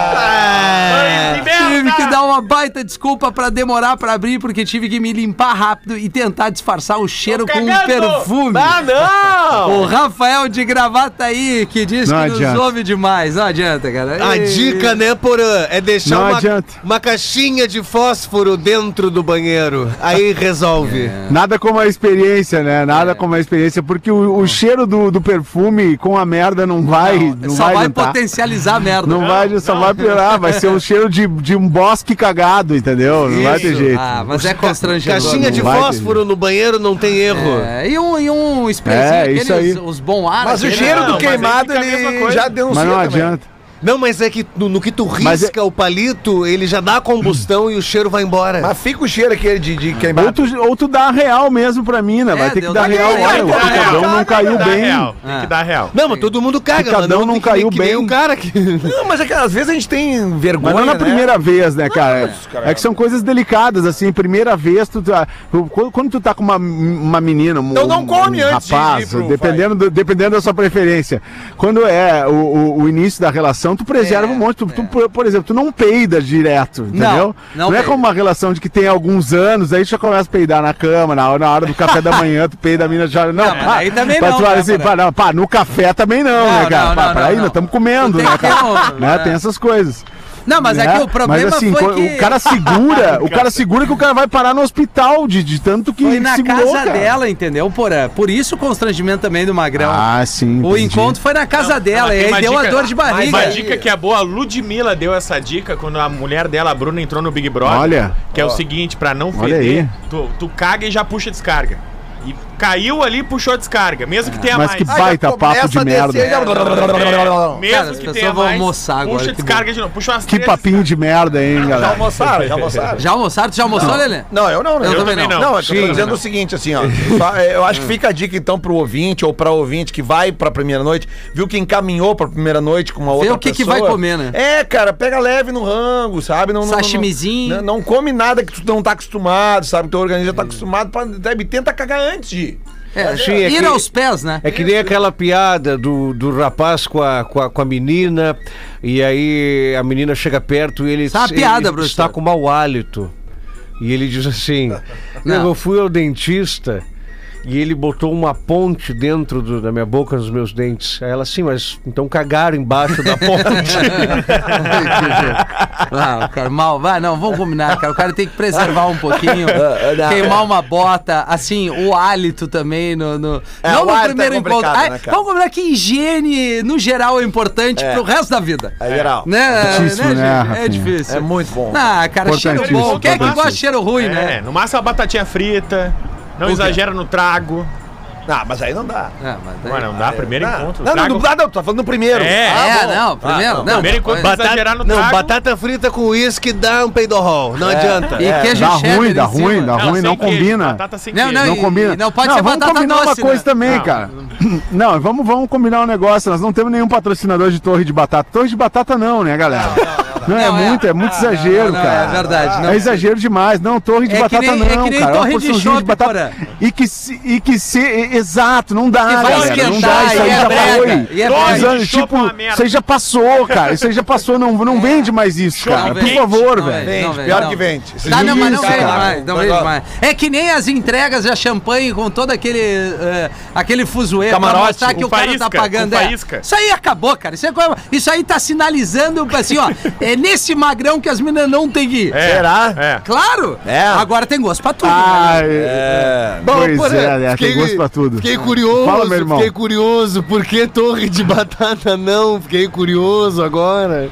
Speaker 5: Ah, que merda!
Speaker 1: Tive que dar uma baita desculpa pra demorar pra abrir, porque tive que me limpar rápido e tentar disfarçar o cheiro com um
Speaker 5: cagando!
Speaker 1: perfume.
Speaker 3: Ah, não!
Speaker 1: O Rafael de gravata aí, que diz
Speaker 2: Não
Speaker 1: que
Speaker 2: adianta.
Speaker 1: nos ouve demais. Não adianta, cara.
Speaker 4: A
Speaker 1: Ei.
Speaker 4: dica, né, Porã, é deixar
Speaker 2: Não
Speaker 4: uma,
Speaker 2: adianta.
Speaker 4: uma caixinha de fósforo dentro do banheiro. Aí resolve.
Speaker 3: É,
Speaker 2: Nada como a experiência, né? Nada como a experiência, porque o, o cheiro do, do perfume com a merda não vai. Não,
Speaker 1: Só vai,
Speaker 2: vai adiantar.
Speaker 1: potencializar a merda.
Speaker 2: Não, vai, só vai piorar, vai ser um cheiro de, de um bosque cagado, entendeu? Não vai ter
Speaker 4: Isso.
Speaker 2: jeito.
Speaker 1: Ah, mas é constrangedor.
Speaker 4: Caixinha de
Speaker 2: Não vai ter
Speaker 4: fósforo no banheiro não tem erro.
Speaker 1: É, e um, e um sprayzinho,
Speaker 2: É,
Speaker 1: aqueles,
Speaker 2: isso aí.
Speaker 1: os bons ar.
Speaker 3: Mas o
Speaker 1: aquele-
Speaker 3: cheiro
Speaker 5: Não,
Speaker 3: do
Speaker 4: é
Speaker 5: mas aí
Speaker 3: queimado,
Speaker 5: fica a mesma
Speaker 3: ele
Speaker 5: coisa.
Speaker 3: já denuncia
Speaker 2: mas não
Speaker 3: também.
Speaker 2: adianta.
Speaker 4: Não, mas é que no, no que tu
Speaker 3: é-
Speaker 2: Mas
Speaker 4: risca o palito, ele já dá a combustão e o cheiro vai embora.
Speaker 3: Mas fica o cheiro aquele de, de
Speaker 2: Ou
Speaker 3: queimado.
Speaker 2: tu, ou tu dá a real mesmo pra mim, né? Vai
Speaker 1: É,
Speaker 2: ter que
Speaker 1: deu-
Speaker 2: dar
Speaker 1: Mas
Speaker 2: real.
Speaker 1: quem vai
Speaker 2: Olha, o
Speaker 1: dar real?
Speaker 2: picadão um não caiu
Speaker 5: Tem que dar
Speaker 2: bem.
Speaker 5: real, Tem que dar real.
Speaker 4: Não, mas todo mundo caga,
Speaker 2: Picadão
Speaker 3: um
Speaker 2: não
Speaker 4: mas que nem-
Speaker 2: caiu
Speaker 4: que nem
Speaker 2: bem.
Speaker 4: o
Speaker 3: *laughs*
Speaker 4: cara que...
Speaker 3: Não, mas é que às vezes a gente tem vergonha,
Speaker 2: Mas não é na
Speaker 3: né?
Speaker 2: primeira vez, né, cara? É que são coisas delicadas, assim, primeira vez, tu, tu- ah, quando, quando tu tá com uma, uma menina, um,
Speaker 3: Então não come
Speaker 2: um
Speaker 3: antes de
Speaker 2: rapaz,
Speaker 3: ir pro
Speaker 2: dependendo, do- dependendo da sua preferência. Quando é o, o- o início da relação, tu preserva
Speaker 1: É,
Speaker 2: um monte. Tu, tu, por, por exemplo, tu não peida direto, entendeu?
Speaker 1: não
Speaker 2: é
Speaker 1: peida.
Speaker 2: como uma relação de que tem alguns anos, aí tu já começa a peidar na cama, na hora, na hora do café da manhã, tu peida, a mina já... Não,
Speaker 1: Não, mas aí também
Speaker 2: mas
Speaker 1: não,
Speaker 2: tu fala
Speaker 1: né,
Speaker 2: assim,
Speaker 1: cara?
Speaker 2: pá, não, pá, no café também não,
Speaker 1: Não,
Speaker 2: né, cara?
Speaker 1: não,
Speaker 2: pá,
Speaker 1: não,
Speaker 2: peraí,
Speaker 1: não,
Speaker 2: nós
Speaker 1: não.
Speaker 2: estamos comendo,
Speaker 1: Tem
Speaker 2: né,
Speaker 1: que ter
Speaker 2: cara?
Speaker 1: um-
Speaker 2: Né,
Speaker 1: é.
Speaker 2: Tem essas coisas.
Speaker 1: Não, Ah, mas
Speaker 2: Né?
Speaker 1: aqui o problema
Speaker 2: Mas assim,
Speaker 1: foi
Speaker 2: co-
Speaker 1: que...
Speaker 2: o cara
Speaker 1: *laughs*
Speaker 2: segura, o cara segura que o cara vai parar no hospital de, de tanto que
Speaker 1: Foi na
Speaker 2: segurou,
Speaker 1: casa
Speaker 2: cara.
Speaker 1: dela, entendeu, Porã? Por isso o constrangimento também do Magrão.
Speaker 2: Ah, sim.
Speaker 1: o
Speaker 2: entendi.
Speaker 1: encontro foi na casa dela,
Speaker 5: mas
Speaker 1: e
Speaker 5: tem
Speaker 1: aí
Speaker 5: uma
Speaker 1: deu a
Speaker 5: dica-
Speaker 1: dor de barriga.
Speaker 5: Uma dica que é boa, a Ludmilla deu essa dica quando a mulher dela, a Bruna, entrou no Big Brother.
Speaker 2: Olha.
Speaker 5: Que é o seguinte, pra não
Speaker 2: Olha
Speaker 5: feder,
Speaker 2: aí.
Speaker 5: tu, tu caga e já puxa a descarga. E Caiu ali, puxou a descarga. Mesmo que tenha
Speaker 2: Mas
Speaker 5: mais.
Speaker 2: que baita papo de merda.
Speaker 5: É, mesmo
Speaker 1: Cara, as
Speaker 5: que
Speaker 1: pessoas
Speaker 5: tenha
Speaker 1: vão
Speaker 5: mais,
Speaker 1: almoçar agora,
Speaker 5: Puxa,
Speaker 1: que
Speaker 5: descarga de novo. Puxa umas
Speaker 2: Que
Speaker 5: três.
Speaker 2: papinho de merda, hein,
Speaker 8: Já
Speaker 2: galera?
Speaker 8: almoçaram, já
Speaker 4: *laughs*
Speaker 8: almoçaram.
Speaker 1: Já almoçaram? Tu já almoçou, Lelê?
Speaker 8: Não, eu não, né?
Speaker 1: Eu também não.
Speaker 8: Não, é que eu tô dizendo o seguinte, assim, ó. só, é, eu acho que fica a dica, então, pro ouvinte ou pra ouvinte que vai pra primeira noite, viu quem caminhou pra primeira noite com uma outra
Speaker 1: o que que
Speaker 8: pessoa.
Speaker 1: vai comer, né?
Speaker 8: É, cara, pega leve no rango, sabe? Não, não- não- não-
Speaker 1: Sashimizinho.
Speaker 8: Não, não come nada que tu não tá acostumado, sabe? Teu organismo já tá acostumado, pra, deve, tenta cagar antes de ir.
Speaker 1: É,
Speaker 3: Sim, é
Speaker 1: ir
Speaker 3: que-
Speaker 1: aos pés, né?
Speaker 3: É que nem aquela piada do, do rapaz com a, com, a, com a menina, e aí a menina chega perto e ele,
Speaker 1: Isso é uma
Speaker 3: ele
Speaker 1: piada,
Speaker 3: está
Speaker 1: professor.
Speaker 3: com mau hálito. E ele diz
Speaker 4: *laughs*
Speaker 3: assim:
Speaker 1: Não.
Speaker 3: Eu fui ao dentista e ele botou uma ponte dentro do- da minha boca, nos meus dentes. Aí ela assim, mas então cagaram embaixo
Speaker 4: *laughs*
Speaker 3: da ponte.
Speaker 1: *laughs* Ah, o cara, mal, vai, não, vamos combinar, cara. O cara tem que preservar um
Speaker 8: *laughs*
Speaker 1: pouquinho,
Speaker 8: Ah,
Speaker 1: queimar uma bota, assim, o hálito também no. no-
Speaker 8: É,
Speaker 1: não
Speaker 8: o
Speaker 1: no
Speaker 8: hálito é
Speaker 1: primeiro encontro.
Speaker 8: complicado,
Speaker 1: Ah,
Speaker 8: né, cara?
Speaker 1: vamos combinar que higiene, no geral, é importante pro resto da vida.
Speaker 8: É geral.
Speaker 1: Né,
Speaker 2: Difícil,
Speaker 1: né,
Speaker 2: né,
Speaker 1: gente? É
Speaker 2: Rafinha?
Speaker 1: difícil.
Speaker 8: É muito bom.
Speaker 1: Ah, cara, cheiro
Speaker 2: Importantíssimo,
Speaker 1: bom. Quem é que gosta de
Speaker 2: importantíssimo.
Speaker 1: cheiro ruim,
Speaker 5: É,
Speaker 1: né?
Speaker 5: no máximo a batatinha frita. Não exagera no trago.
Speaker 8: Ah, mas aí não dá.
Speaker 1: Ah, mas daí-
Speaker 5: Mas não dá, primeiro
Speaker 8: Não, Não,
Speaker 5: encontro.
Speaker 8: não,
Speaker 5: trago-
Speaker 8: não dá, não, tu tá falando no primeiro.
Speaker 5: É,
Speaker 1: é,
Speaker 8: Tá bom. Ah,
Speaker 1: não, primeiro, não.
Speaker 5: Primeiro encontro
Speaker 1: Batata-
Speaker 5: exagerar no trago.
Speaker 3: frita com uísque dá um peidorrol. Não adianta.
Speaker 1: E
Speaker 8: É,
Speaker 1: queijo
Speaker 2: Dá
Speaker 1: cheddar
Speaker 2: ruim,
Speaker 1: em
Speaker 2: dá
Speaker 1: cima.
Speaker 2: ruim, dá ruim, não
Speaker 5: sem queijo,
Speaker 2: combina.
Speaker 5: Batata sem
Speaker 1: Não,
Speaker 5: queijo.
Speaker 1: não,
Speaker 2: Não
Speaker 1: E-
Speaker 2: combina.
Speaker 1: e não pode ser
Speaker 2: vamos
Speaker 1: batata
Speaker 2: combinar uma
Speaker 1: doce,
Speaker 2: coisa
Speaker 1: né?
Speaker 2: também,
Speaker 5: Não.
Speaker 2: cara. *clears throat* Não, vamos, vamos combinar um negócio. Nós não temos nenhum patrocinador de torre de batata. Torre de batata não, né, galera? Não, é,
Speaker 1: Não, é.
Speaker 2: muito, é muito
Speaker 1: não,
Speaker 2: exagero,
Speaker 1: não,
Speaker 2: cara.
Speaker 1: é verdade, não.
Speaker 2: É exagero demais. Não, torre de
Speaker 1: É que
Speaker 2: batata
Speaker 1: nem- é que
Speaker 2: não,
Speaker 1: nem
Speaker 2: cara. É uma
Speaker 1: torre de
Speaker 2: porçãozinha
Speaker 1: shopping, Porã.
Speaker 2: E que se... E que se e- exato, não dá,
Speaker 1: vai
Speaker 2: galera. Não
Speaker 1: esquentar,
Speaker 2: dá, isso aí
Speaker 1: e é
Speaker 2: já
Speaker 1: brega, e é brega.
Speaker 2: foi. Os anos,
Speaker 5: Shopping
Speaker 2: Tipo,
Speaker 5: é uma merda.
Speaker 2: isso aí já passou, cara. Isso aí já passou, não, não vende mais isso, cara. Por
Speaker 5: vende,
Speaker 2: favor,
Speaker 1: não
Speaker 2: velho.
Speaker 1: É. vende, não
Speaker 8: Vende, pior
Speaker 1: não.
Speaker 8: que vende.
Speaker 1: Tá, não, mas não
Speaker 2: Isso,
Speaker 1: vende
Speaker 2: cara.
Speaker 1: mais, não vende mais. É que nem as entregas de champanhe com todo aquele eh, aquele fuzuê
Speaker 8: Camarote,
Speaker 1: mostrar que o,
Speaker 5: o
Speaker 1: cara tá
Speaker 5: faísca,
Speaker 1: pagando.
Speaker 5: o
Speaker 1: é.
Speaker 5: faísca.
Speaker 1: Isso aí acabou, cara. Isso, é coisa- isso aí tá sinalizando assim, ó, é nesse magrão que as meninas não tem que ir.
Speaker 5: É,
Speaker 8: Será?
Speaker 5: É.
Speaker 1: Claro!
Speaker 8: É.
Speaker 1: Agora tem gosto pra tudo. né?
Speaker 2: Ah, é. Pois
Speaker 10: Porã,
Speaker 2: é, né? tem gosto pra tudo.
Speaker 10: Fiquei curioso,
Speaker 2: Fala, meu irmão.
Speaker 10: fiquei curioso. Por que torre de batata não? Fiquei curioso agora.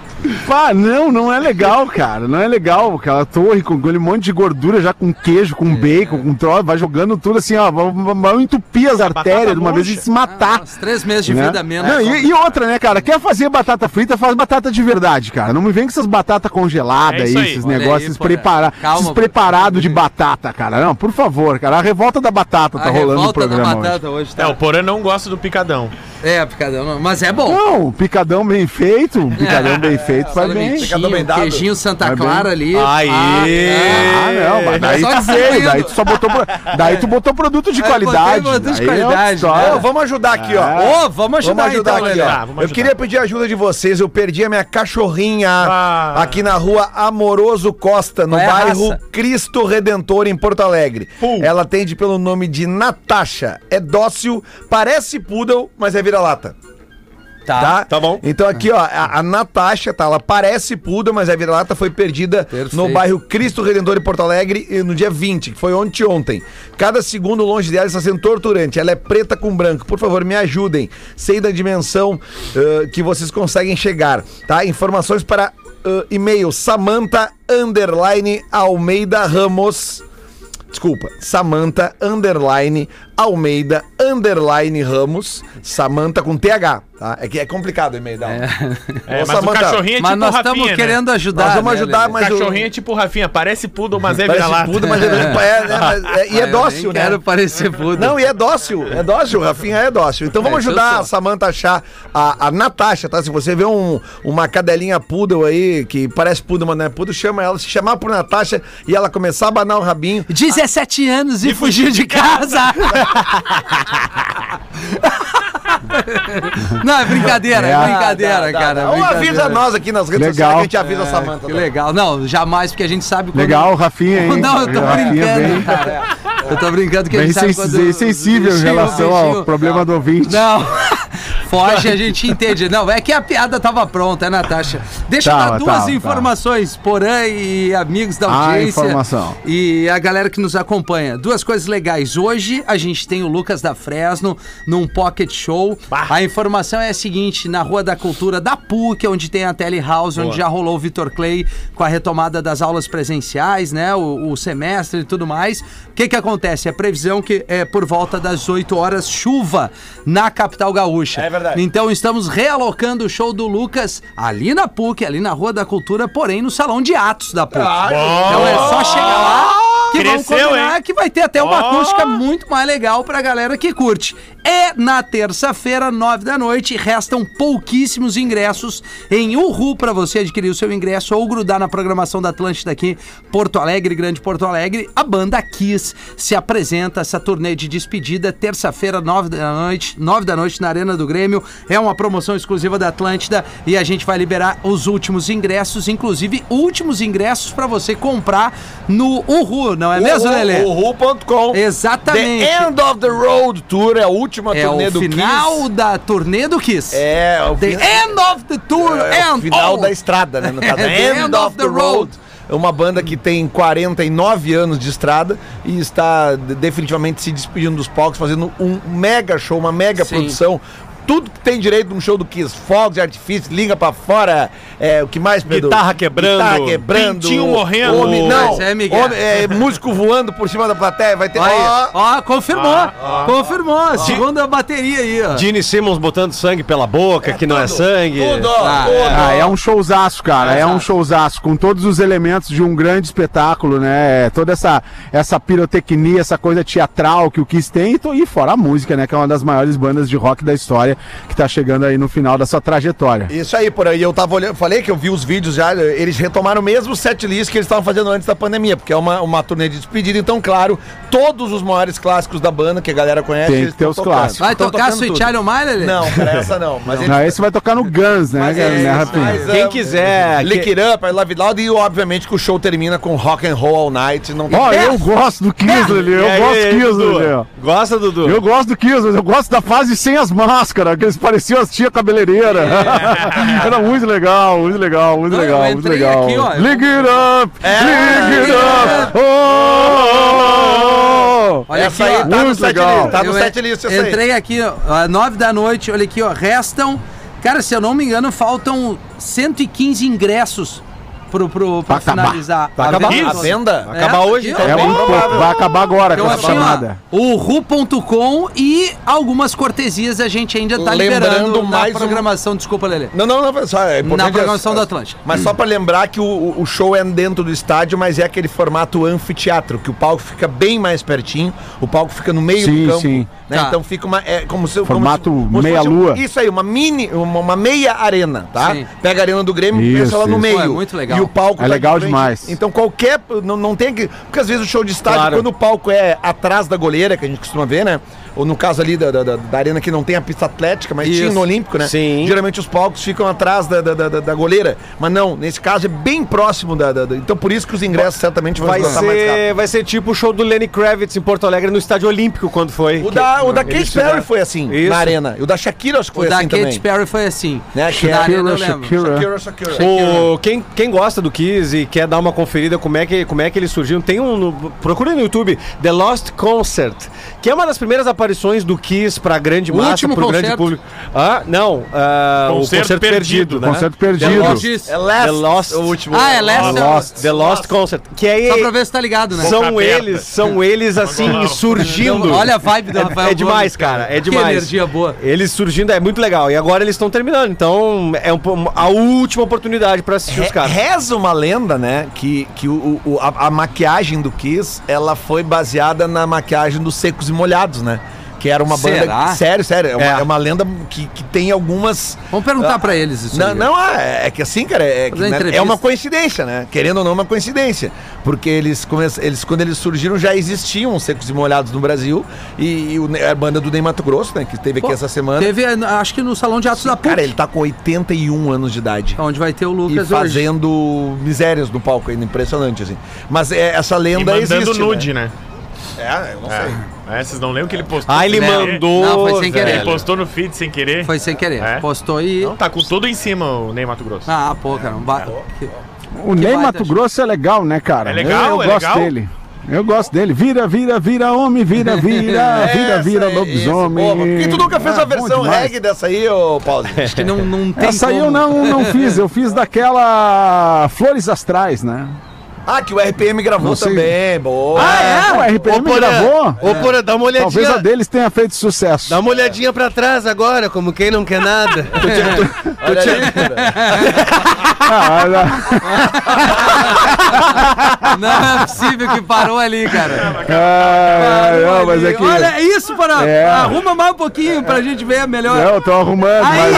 Speaker 2: Pá, não, não é legal, cara. Não é legal. Aquela torre com aquele monte de gordura já com queijo, com bacon, com troço, vai jogando tudo assim, ó. Vamos vamos entupir as artérias de uma vez e se matar.
Speaker 1: Uns três meses Ah, de
Speaker 2: né?
Speaker 1: vida menos.
Speaker 2: Não, e, e outra, né, cara? Quer fazer batata frita, faz batata de verdade, cara. Não me vem com essas batatas congeladas
Speaker 5: É
Speaker 2: aí,
Speaker 5: isso aí.
Speaker 2: esses
Speaker 1: Olha aí,
Speaker 2: negócios
Speaker 1: pô, né?
Speaker 2: preparados.
Speaker 1: Calma,
Speaker 2: Esses
Speaker 1: pô.
Speaker 2: preparados de batata, cara. Não, por favor, cara. A revolta da batata tá
Speaker 1: a
Speaker 2: rolando no
Speaker 1: revolta da
Speaker 2: programa. hoje.
Speaker 1: batata hoje,
Speaker 5: É, o
Speaker 1: tá.
Speaker 5: Porã não gosta do picadão.
Speaker 1: É, picadão, não, mas é bom.
Speaker 2: Não, um picadão bem feito, um
Speaker 1: *laughs*
Speaker 2: picadão bem feito, faz bem.
Speaker 8: picadão bem
Speaker 1: Salamentinho,
Speaker 8: dado.
Speaker 1: queijinho Santa
Speaker 2: Vai bem.
Speaker 1: Clara ali. é.
Speaker 8: Aí.
Speaker 2: Ah, não, mas daí
Speaker 1: Só
Speaker 2: tu veio,
Speaker 1: distribuindo.
Speaker 2: daí tu só botou, pro- daí tu botou produto de
Speaker 1: Eu botei
Speaker 2: qualidade.
Speaker 1: produto de
Speaker 2: daí é outra
Speaker 1: qualidade, né?
Speaker 2: história.
Speaker 8: Ó, vamos ajudar aqui, ó.
Speaker 2: Ah.
Speaker 1: Ô, vamos ajudar,
Speaker 8: Vamos ajudar
Speaker 1: então,
Speaker 8: aqui,
Speaker 1: Lelê.
Speaker 8: ó.
Speaker 5: Tá, vamos
Speaker 8: Eu
Speaker 5: ajudar.
Speaker 8: queria pedir a ajuda de vocês. Eu perdi a minha cachorrinha
Speaker 5: Ah.
Speaker 8: aqui na rua Amoroso Costa, no
Speaker 1: Qual é a
Speaker 8: bairro
Speaker 1: raça?
Speaker 8: Cristo Redentor, em Porto Alegre.
Speaker 5: Pum.
Speaker 8: Ela atende pelo nome de Natasha. É dócil, parece poodle, mas é vira-lata.
Speaker 1: Tá.
Speaker 8: Tá?
Speaker 5: tá bom.
Speaker 8: Então aqui, ó, a, a Natasha, tá? Ela parece poodle, mas a vira-lata foi perdida
Speaker 1: Perfeito.
Speaker 8: no bairro Cristo Redentor em Porto Alegre eh, no dia 20, que foi ontem ontem. Cada segundo longe dela está sendo torturante. Ela é preta com branco. Por favor, me ajudem. Sei da dimensão eh, que vocês conseguem chegar, tá? Informações para eh, e-mail samanta underline almeida ramos Desculpa, Samanta underline Almeida underline Ramos, Samanta com TH, tá? É que é complicado o e-mail da
Speaker 5: É,
Speaker 8: Ô,
Speaker 5: mas o
Speaker 8: Samanta,
Speaker 5: cachorrinho é tipo
Speaker 1: Mas nós estamos
Speaker 5: Rafinha, né?
Speaker 1: querendo ajudar.
Speaker 8: Nós vamos
Speaker 1: né,
Speaker 8: ajudar,
Speaker 1: Lelê?
Speaker 8: mas-
Speaker 5: o cachorrinho é tipo Rafinha, parece poodle, mas é
Speaker 8: Parece
Speaker 5: vira-lata.
Speaker 8: pudo, mas é, é, né, mas é- e
Speaker 1: Ah, eu
Speaker 8: é
Speaker 1: nem
Speaker 8: dócil, né?
Speaker 1: Quero parecer puto.
Speaker 8: Não, e é dócil, é dócil, Rafinha é dócil. Então vamos
Speaker 1: É, isso eu
Speaker 8: ajudar
Speaker 1: sou.
Speaker 8: a Samanta a achar a, a Natasha, tá? Se você vê um- uma cadelinha poodle aí, que parece poodle, mas não é poodle, chama ela, se chamar por Natasha e ela começar a banar o rabinho,
Speaker 1: 17 anos e, fugiu de casa. Não, é brincadeira, é, brincadeira, cara. é
Speaker 8: ou
Speaker 1: brincadeira. É.
Speaker 8: avisa nós aqui nas redes
Speaker 2: Legal.
Speaker 8: sociais que a gente avisa a Samanta.
Speaker 1: Que
Speaker 8: também.
Speaker 1: legal. Não, jamais, porque a gente sabe quando...
Speaker 2: Legal, Rafinha,
Speaker 1: *laughs*
Speaker 2: hein?
Speaker 1: Não, eu tô
Speaker 2: Rafinha
Speaker 1: brincando,
Speaker 2: bem-
Speaker 1: cara. Eu tô brincando que a
Speaker 2: Bem
Speaker 1: gente sabe
Speaker 2: sens-
Speaker 1: quando...
Speaker 2: sensível em
Speaker 1: Bichinho,
Speaker 2: relação
Speaker 1: bichinho.
Speaker 2: ao problema do ouvinte.
Speaker 1: Não. *laughs* foge, a gente entende. Não, é que a piada tava pronta, é, Natasha? Deixa eu
Speaker 2: Tava,
Speaker 1: dar duas
Speaker 2: tava,
Speaker 1: informações, Porã e amigos da
Speaker 2: Ah,
Speaker 1: audiência.
Speaker 2: informação.
Speaker 1: E a galera que nos acompanha. Duas coisas legais. Hoje a gente tem o Lucas da Fresno num pocket show. A informação é a seguinte: na Rua da Cultura da PUC, onde tem a Tele House, onde já rolou o Vitor Clay com a retomada das aulas presenciais, né? O, o semestre e tudo mais. O que, que acontece? A previsão que é por volta das 8 horas chuva na capital gaúcha. É verdade. Então estamos realocando o show do Lucas ali na PUC, ali na Rua da Cultura, porém no salão de atos da PUC. então é só chegar lá que vão
Speaker 5: Cresceu,
Speaker 1: combinar
Speaker 5: hein?
Speaker 1: Tá, que vai ter até uma
Speaker 5: Ó.
Speaker 1: acústica muito mais legal pra galera que curte. É na terça-feira, nove da noite, restam pouquíssimos ingressos em Uhu pra você adquirir o seu ingresso ou grudar na programação da Atlântida aqui, Porto Alegre, Grande Porto Alegre. A banda Kiss se apresenta essa turnê de despedida terça-feira, nove da noite, nove da noite na Arena do Grêmio. É uma promoção exclusiva da Atlântida e a gente vai liberar os últimos ingressos, inclusive últimos ingressos pra você comprar no Uhu, não é mesmo, Lelê?
Speaker 3: Uhu.com.
Speaker 1: Exatamente.
Speaker 3: The End of the Road Tour é a última
Speaker 1: É
Speaker 3: turnê
Speaker 1: o
Speaker 3: do
Speaker 1: final
Speaker 3: Kiss.
Speaker 1: da turnê do Kiss.
Speaker 3: É, o
Speaker 1: The
Speaker 3: fina-
Speaker 1: end of the tour
Speaker 3: É o
Speaker 1: and
Speaker 3: final
Speaker 1: all.
Speaker 3: da estrada, né? No
Speaker 1: *laughs*
Speaker 3: caso,
Speaker 1: The
Speaker 3: end, of, the road. É uma banda que tem 49 anos de estrada e está de- definitivamente se despedindo dos palcos, fazendo um mega show, uma mega
Speaker 1: Sim.
Speaker 3: produção. Tudo que tem direito num show do Kiss, fogos de artifício, liga pra fora, é, o que mais, Pedro?
Speaker 5: Guitarra quebrando,
Speaker 3: Guitarra quebrando.
Speaker 5: pintinho morrendo.
Speaker 3: Homem, não,
Speaker 1: Mas é, Miguel.
Speaker 3: homem, é, músico voando por cima da plateia, vai ter...
Speaker 1: Olha,
Speaker 3: Ó, Ah,
Speaker 1: ó, confirmou. confirmou. segunda bateria aí, ó.
Speaker 4: Gene Simmons botando sangue pela boca, que não é sangue.
Speaker 3: tudo,
Speaker 1: Ah,
Speaker 3: tudo.
Speaker 2: Ah, é um showzaço, cara. É um showzaço, com todos os elementos de um grande espetáculo, né? É, Toda essa, essa pirotecnia, essa coisa teatral que o Kiss tem, e, to- e fora a música, né? Que é uma das maiores bandas de rock da história, que tá chegando aí no final da sua trajetória.
Speaker 3: Isso aí, por aí. Eu tava olhando, falei que eu vi os vídeos já, eles retomaram o mesmo set list que eles estavam fazendo antes da pandemia, porque é uma, uma turnê de despedida, então, claro, todos os maiores clássicos da banda que a galera conhece.
Speaker 2: Tem que
Speaker 3: eles
Speaker 2: ter
Speaker 3: tão
Speaker 2: os clássicos.
Speaker 1: Vai
Speaker 3: Tão
Speaker 1: tocar
Speaker 3: tocando
Speaker 1: Sweet
Speaker 3: tudo.
Speaker 1: Child O' Mine, Lelê?
Speaker 3: Não, cara, essa não. Mas eles-
Speaker 2: Não, esse vai tocar no Guns, né,
Speaker 3: mas
Speaker 4: é
Speaker 2: cara,
Speaker 3: eles-
Speaker 2: né, Rafinha?
Speaker 3: mas,
Speaker 4: Quem
Speaker 3: ah,
Speaker 2: É
Speaker 4: quiser.
Speaker 3: Lick
Speaker 4: que-
Speaker 3: It Up, I Love It Loud e, obviamente, que o show termina com Rock and Roll All Night. Não
Speaker 2: Ó, eu gosto do Kiss, Lelê.
Speaker 5: É
Speaker 4: E
Speaker 2: Eu
Speaker 4: aí,
Speaker 2: gosto do
Speaker 4: e aí,
Speaker 2: Kiss,
Speaker 4: Dudu?
Speaker 2: Lelê.
Speaker 4: Gosta, Dudu?
Speaker 2: Eu gosto do Kiss, mas eu gosto da fase sem as máscaras, que eles pareciam as tia cabeleireira. *laughs* Era muito legal, muito legal, muito
Speaker 1: Não, eu
Speaker 2: legal, muito
Speaker 1: entrei
Speaker 2: legal.
Speaker 1: aqui, ó, eu-
Speaker 2: Ligue it up! Ligue it
Speaker 1: ligue
Speaker 2: up!
Speaker 1: it
Speaker 2: Oh, oh, oh.
Speaker 1: Olha
Speaker 3: Essa
Speaker 1: aqui,
Speaker 3: aí
Speaker 1: ó.
Speaker 3: tá no
Speaker 2: Muito
Speaker 3: set
Speaker 2: legal.
Speaker 3: list. Tá no
Speaker 1: Eu
Speaker 3: set
Speaker 1: en-
Speaker 3: list essa aí.
Speaker 1: Entrei aqui, ó, às 9 da noite, olha aqui, ó. Restam. Cara, se eu não me engano, faltam 115 ingressos pro, pro, pra
Speaker 2: Pra acabar.
Speaker 1: finalizar.
Speaker 3: Vai
Speaker 1: a
Speaker 3: acabar
Speaker 1: venda
Speaker 3: a
Speaker 1: toda.
Speaker 3: venda?
Speaker 1: É,
Speaker 3: Acabar
Speaker 1: tá
Speaker 3: hoje, então.
Speaker 1: aqui, ó.
Speaker 2: É
Speaker 3: Bem
Speaker 2: muito pouco, vai acabar agora
Speaker 1: Então,
Speaker 2: com essa
Speaker 1: assim, ó,
Speaker 2: chamada.
Speaker 1: o ru.com e algumas cortesias a gente ainda tá
Speaker 3: Lembrando
Speaker 1: liberando
Speaker 3: mais
Speaker 1: na
Speaker 3: um-
Speaker 1: programação. Desculpa, Lelê.
Speaker 3: Não, não, não, só é importante-
Speaker 1: Na programação da Atlântica.
Speaker 3: Mas
Speaker 2: Hum.
Speaker 3: só pra lembrar que o, o show é dentro do estádio, mas é aquele formato anfiteatro, que o palco fica bem mais pertinho, o palco fica no meio
Speaker 2: Sim,
Speaker 3: do campo.
Speaker 2: sim.
Speaker 3: né?
Speaker 1: Tá.
Speaker 3: Então fica uma. É, como se,
Speaker 2: Formato
Speaker 3: como se- como se fosse
Speaker 2: meia-lua.
Speaker 3: um- isso aí, uma mini, uma, uma meia arena, tá?
Speaker 1: Sim.
Speaker 3: Pega a arena do Grêmio e
Speaker 2: Isso,
Speaker 3: pensa ela no
Speaker 2: isso.
Speaker 3: meio.
Speaker 1: Pô, é muito legal.
Speaker 3: E o palco
Speaker 2: É legal
Speaker 3: de frente.
Speaker 2: demais.
Speaker 3: Então qualquer. Não, não tem que. Porque às vezes o show de estádio,
Speaker 4: Claro.
Speaker 3: quando o palco é atrás da goleira, que a gente costuma ver, né? Ou no caso ali da, da, da- da arena que não tem a pista atlética, mas
Speaker 1: Isso.
Speaker 3: tinha no Olímpico, né?
Speaker 4: Sim.
Speaker 3: Geralmente os palcos ficam atrás da, da, da, da goleira, mas não, nesse caso é bem próximo da, da- da- Então por isso que os ingressos certamente vão
Speaker 4: Vai
Speaker 8: tá
Speaker 3: esgotar mais rápido.
Speaker 4: ser, vai ser tipo o show do Lenny Kravitz em Porto Alegre no Estádio Olímpico, quando foi.
Speaker 3: O da, o da
Speaker 4: Eles
Speaker 3: Katy
Speaker 4: fizeram-
Speaker 3: Perry foi assim,
Speaker 4: Isso.
Speaker 3: na arena. E o da Shakira acho que
Speaker 1: O
Speaker 3: foi
Speaker 1: da
Speaker 3: assim
Speaker 1: Katy
Speaker 3: também.
Speaker 1: Perry foi assim.
Speaker 3: Né,
Speaker 1: Que na arena eu lembro.
Speaker 3: Shakira, Shakira.
Speaker 4: O, quem, quem gosta do Kiss e quer dar uma conferida como é que, como é que eles surgiram, tem um. no- procura no YouTube The Lost Concert, que é uma das primeiras aparições do Kiss pra grande
Speaker 1: O
Speaker 4: massa,
Speaker 1: último
Speaker 4: pro grande
Speaker 1: concerto.
Speaker 4: público. Ah, não. ah,
Speaker 5: Concerto perdido,
Speaker 4: né?
Speaker 2: Concerto perdido.
Speaker 4: The Lost.
Speaker 1: Isso.
Speaker 3: É Last,
Speaker 4: The Lost.
Speaker 3: o último.
Speaker 1: Ah, é Last.
Speaker 4: The Lost Concert. Que aí.
Speaker 1: Só pra ver se tá ligado, né?
Speaker 4: São
Speaker 5: Boca aberta.
Speaker 4: eles, são eles assim,
Speaker 5: Mangolão.
Speaker 4: surgindo.
Speaker 1: Olha a vibe do Rafael
Speaker 4: É, é demais,
Speaker 1: Gomes,
Speaker 4: cara. É
Speaker 1: Que
Speaker 4: demais.
Speaker 1: energia boa.
Speaker 4: Eles surgindo, é muito legal. E agora eles estão terminando. Então, é um po- a última oportunidade pra assistir os
Speaker 3: Re-
Speaker 4: caras.
Speaker 3: Reza uma lenda, né? Que, que o, o- a, a maquiagem do Kiss ela foi baseada na maquiagem dos Secos e Molhados, né? Que era uma banda.
Speaker 1: Será?
Speaker 3: Sério, sério. É uma,
Speaker 4: É.
Speaker 3: é uma lenda que, que tem algumas.
Speaker 1: Vamos perguntar pra eles isso.
Speaker 3: Ah, Não,
Speaker 1: aí.
Speaker 3: não, ah, é, é que assim, cara, é, que,
Speaker 1: Fazer
Speaker 3: né,
Speaker 1: entrevista.
Speaker 3: é uma coincidência, né? Querendo ou não, é uma coincidência. Porque eles, come- eles, quando eles surgiram, já existiam os secos e molhados no Brasil. E, e o Ne- a banda do Ney Mato Grosso, né? Que teve aqui
Speaker 1: Pô,
Speaker 3: essa semana.
Speaker 1: Teve, eh, acho que no Salão de Atos da PUC. é
Speaker 3: Cara, ele tá com 81 anos de idade
Speaker 2: Então,
Speaker 1: Onde vai ter o
Speaker 3: e
Speaker 1: Lucas hoje.
Speaker 3: fazendo misérias no palco ainda, impressionante, assim. Mas é, essa
Speaker 5: E
Speaker 3: lenda
Speaker 5: mandando
Speaker 3: existe.
Speaker 5: nude, né? É, eu não sei. É, vocês não lembram que ele postou.
Speaker 4: Ah, ele
Speaker 5: Não.
Speaker 4: mandou,
Speaker 5: Não, foi sem querer.
Speaker 4: velho.
Speaker 5: Ele postou no feed sem querer.
Speaker 1: Foi sem querer. Postou e.
Speaker 5: Não, tá com tudo em cima o Ney Mato Grosso.
Speaker 1: Ah, pô, cara. Um ba...
Speaker 2: O Ney Mato Grosso é legal, né, cara?
Speaker 5: É legal,
Speaker 2: eu, eu
Speaker 5: é
Speaker 2: gosto
Speaker 5: legal.
Speaker 2: dele. Eu gosto dele. Vira, vira, vira, homem, vira,
Speaker 3: É,
Speaker 2: vira, vira, vira, lobisomem.
Speaker 3: E tu nunca fez
Speaker 2: Ah,
Speaker 3: a
Speaker 2: bom
Speaker 3: versão
Speaker 2: demais.
Speaker 3: reggae dessa aí, ô
Speaker 2: *laughs*
Speaker 3: Paulo? Acho
Speaker 1: que não, não
Speaker 2: Essa aí eu não, não fiz, eu fiz daquela Flores Astrais, né?
Speaker 3: Ah, que o RPM gravou
Speaker 2: Não sei. Ah, é?
Speaker 3: também, boa.
Speaker 1: Ah, é?
Speaker 2: O RPM
Speaker 11: Ô, Porã,
Speaker 2: gravou?
Speaker 11: ô, Porã, dá uma olhadinha.
Speaker 2: É. Talvez a deles tenha feito sucesso.
Speaker 11: Dá uma olhadinha pra trás agora, como quem não quer nada. *laughs*
Speaker 3: Olha aí, cara.
Speaker 2: Ah,
Speaker 1: *laughs*
Speaker 2: *laughs* ah,
Speaker 1: *laughs* Não é possível que parou ali, cara.
Speaker 2: ah, não, mas é que.
Speaker 1: Olha isso, para
Speaker 2: É.
Speaker 1: Arruma mais um pouquinho pra gente ver melhor.
Speaker 2: Não, eu tô arrumando,
Speaker 1: Aí,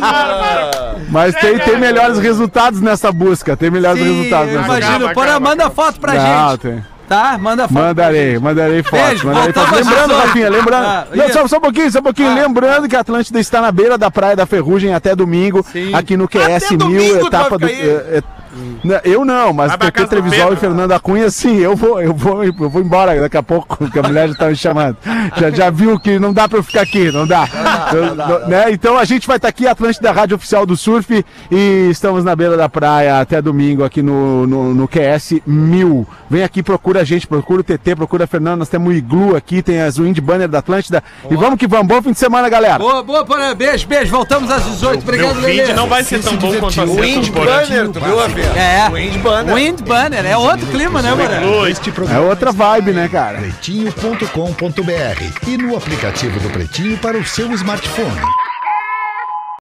Speaker 2: mas,
Speaker 1: aí.
Speaker 2: mas tem, tem melhores resultados nessa busca. Tem melhores
Speaker 1: Sim,
Speaker 2: resultados
Speaker 1: eu
Speaker 2: nessa
Speaker 1: imagino.
Speaker 5: Acaba,
Speaker 1: Porã,
Speaker 5: acaba,
Speaker 1: manda foto pra
Speaker 2: Não,
Speaker 1: gente.
Speaker 2: tem.
Speaker 1: Tá? Manda foto.
Speaker 2: Mandarei, mandarei foto.
Speaker 1: Beijo,
Speaker 2: mandarei foto.
Speaker 1: voltamos às
Speaker 2: Lembrando,
Speaker 1: oito.
Speaker 2: Rafinha, lembrando.
Speaker 1: Ah,
Speaker 2: Não,
Speaker 1: isso.
Speaker 2: só, só um pouquinho, só um pouquinho. Lembrando que a Atlântida está na beira da Praia da Ferrugem até domingo, aqui no QS 1000,
Speaker 3: domingo tu
Speaker 2: etapa
Speaker 3: vai
Speaker 2: do.
Speaker 3: ficar aí?
Speaker 2: eh, eh, não, eu não, mas
Speaker 5: Vai pra
Speaker 2: PT
Speaker 5: casa do
Speaker 2: Trevisol e
Speaker 5: Pedro.
Speaker 2: Fernando Acunha, sim, eu vou, eu vou, eu vou embora daqui a pouco, *laughs* porque a mulher já tá me chamando. Já, já viu que não dá pra eu ficar aqui, não dá. Eu- não- né? Então a gente vai estar aqui, Atlântida Rádio Oficial do Surf, e estamos na beira da praia até domingo aqui no, no, no QS 1000. Vem aqui, procura a gente, procura o TT, procura a Fernanda, nós temos o Iglu aqui, tem as Wind Banner da Atlântida. E vamos que vamos, bom fim de semana, galera.
Speaker 1: Boa, boa, Porã. Beijo, beijo. Voltamos às 18. Obrigado,
Speaker 5: Meu feed
Speaker 1: Lelê.
Speaker 5: não vai ser tão bom quanto a
Speaker 3: Wind
Speaker 5: sexta temporada.
Speaker 3: Banner, tu viu a ver?
Speaker 1: É.
Speaker 3: Wind Banner.
Speaker 1: Wind Banner. É outro clima, né, Porã?
Speaker 12: Este
Speaker 5: tipo,
Speaker 2: É
Speaker 12: programa
Speaker 2: outra vibe, né, cara?
Speaker 12: pretinho.com.br e no aplicativo do Pretinho para o seu smartphone.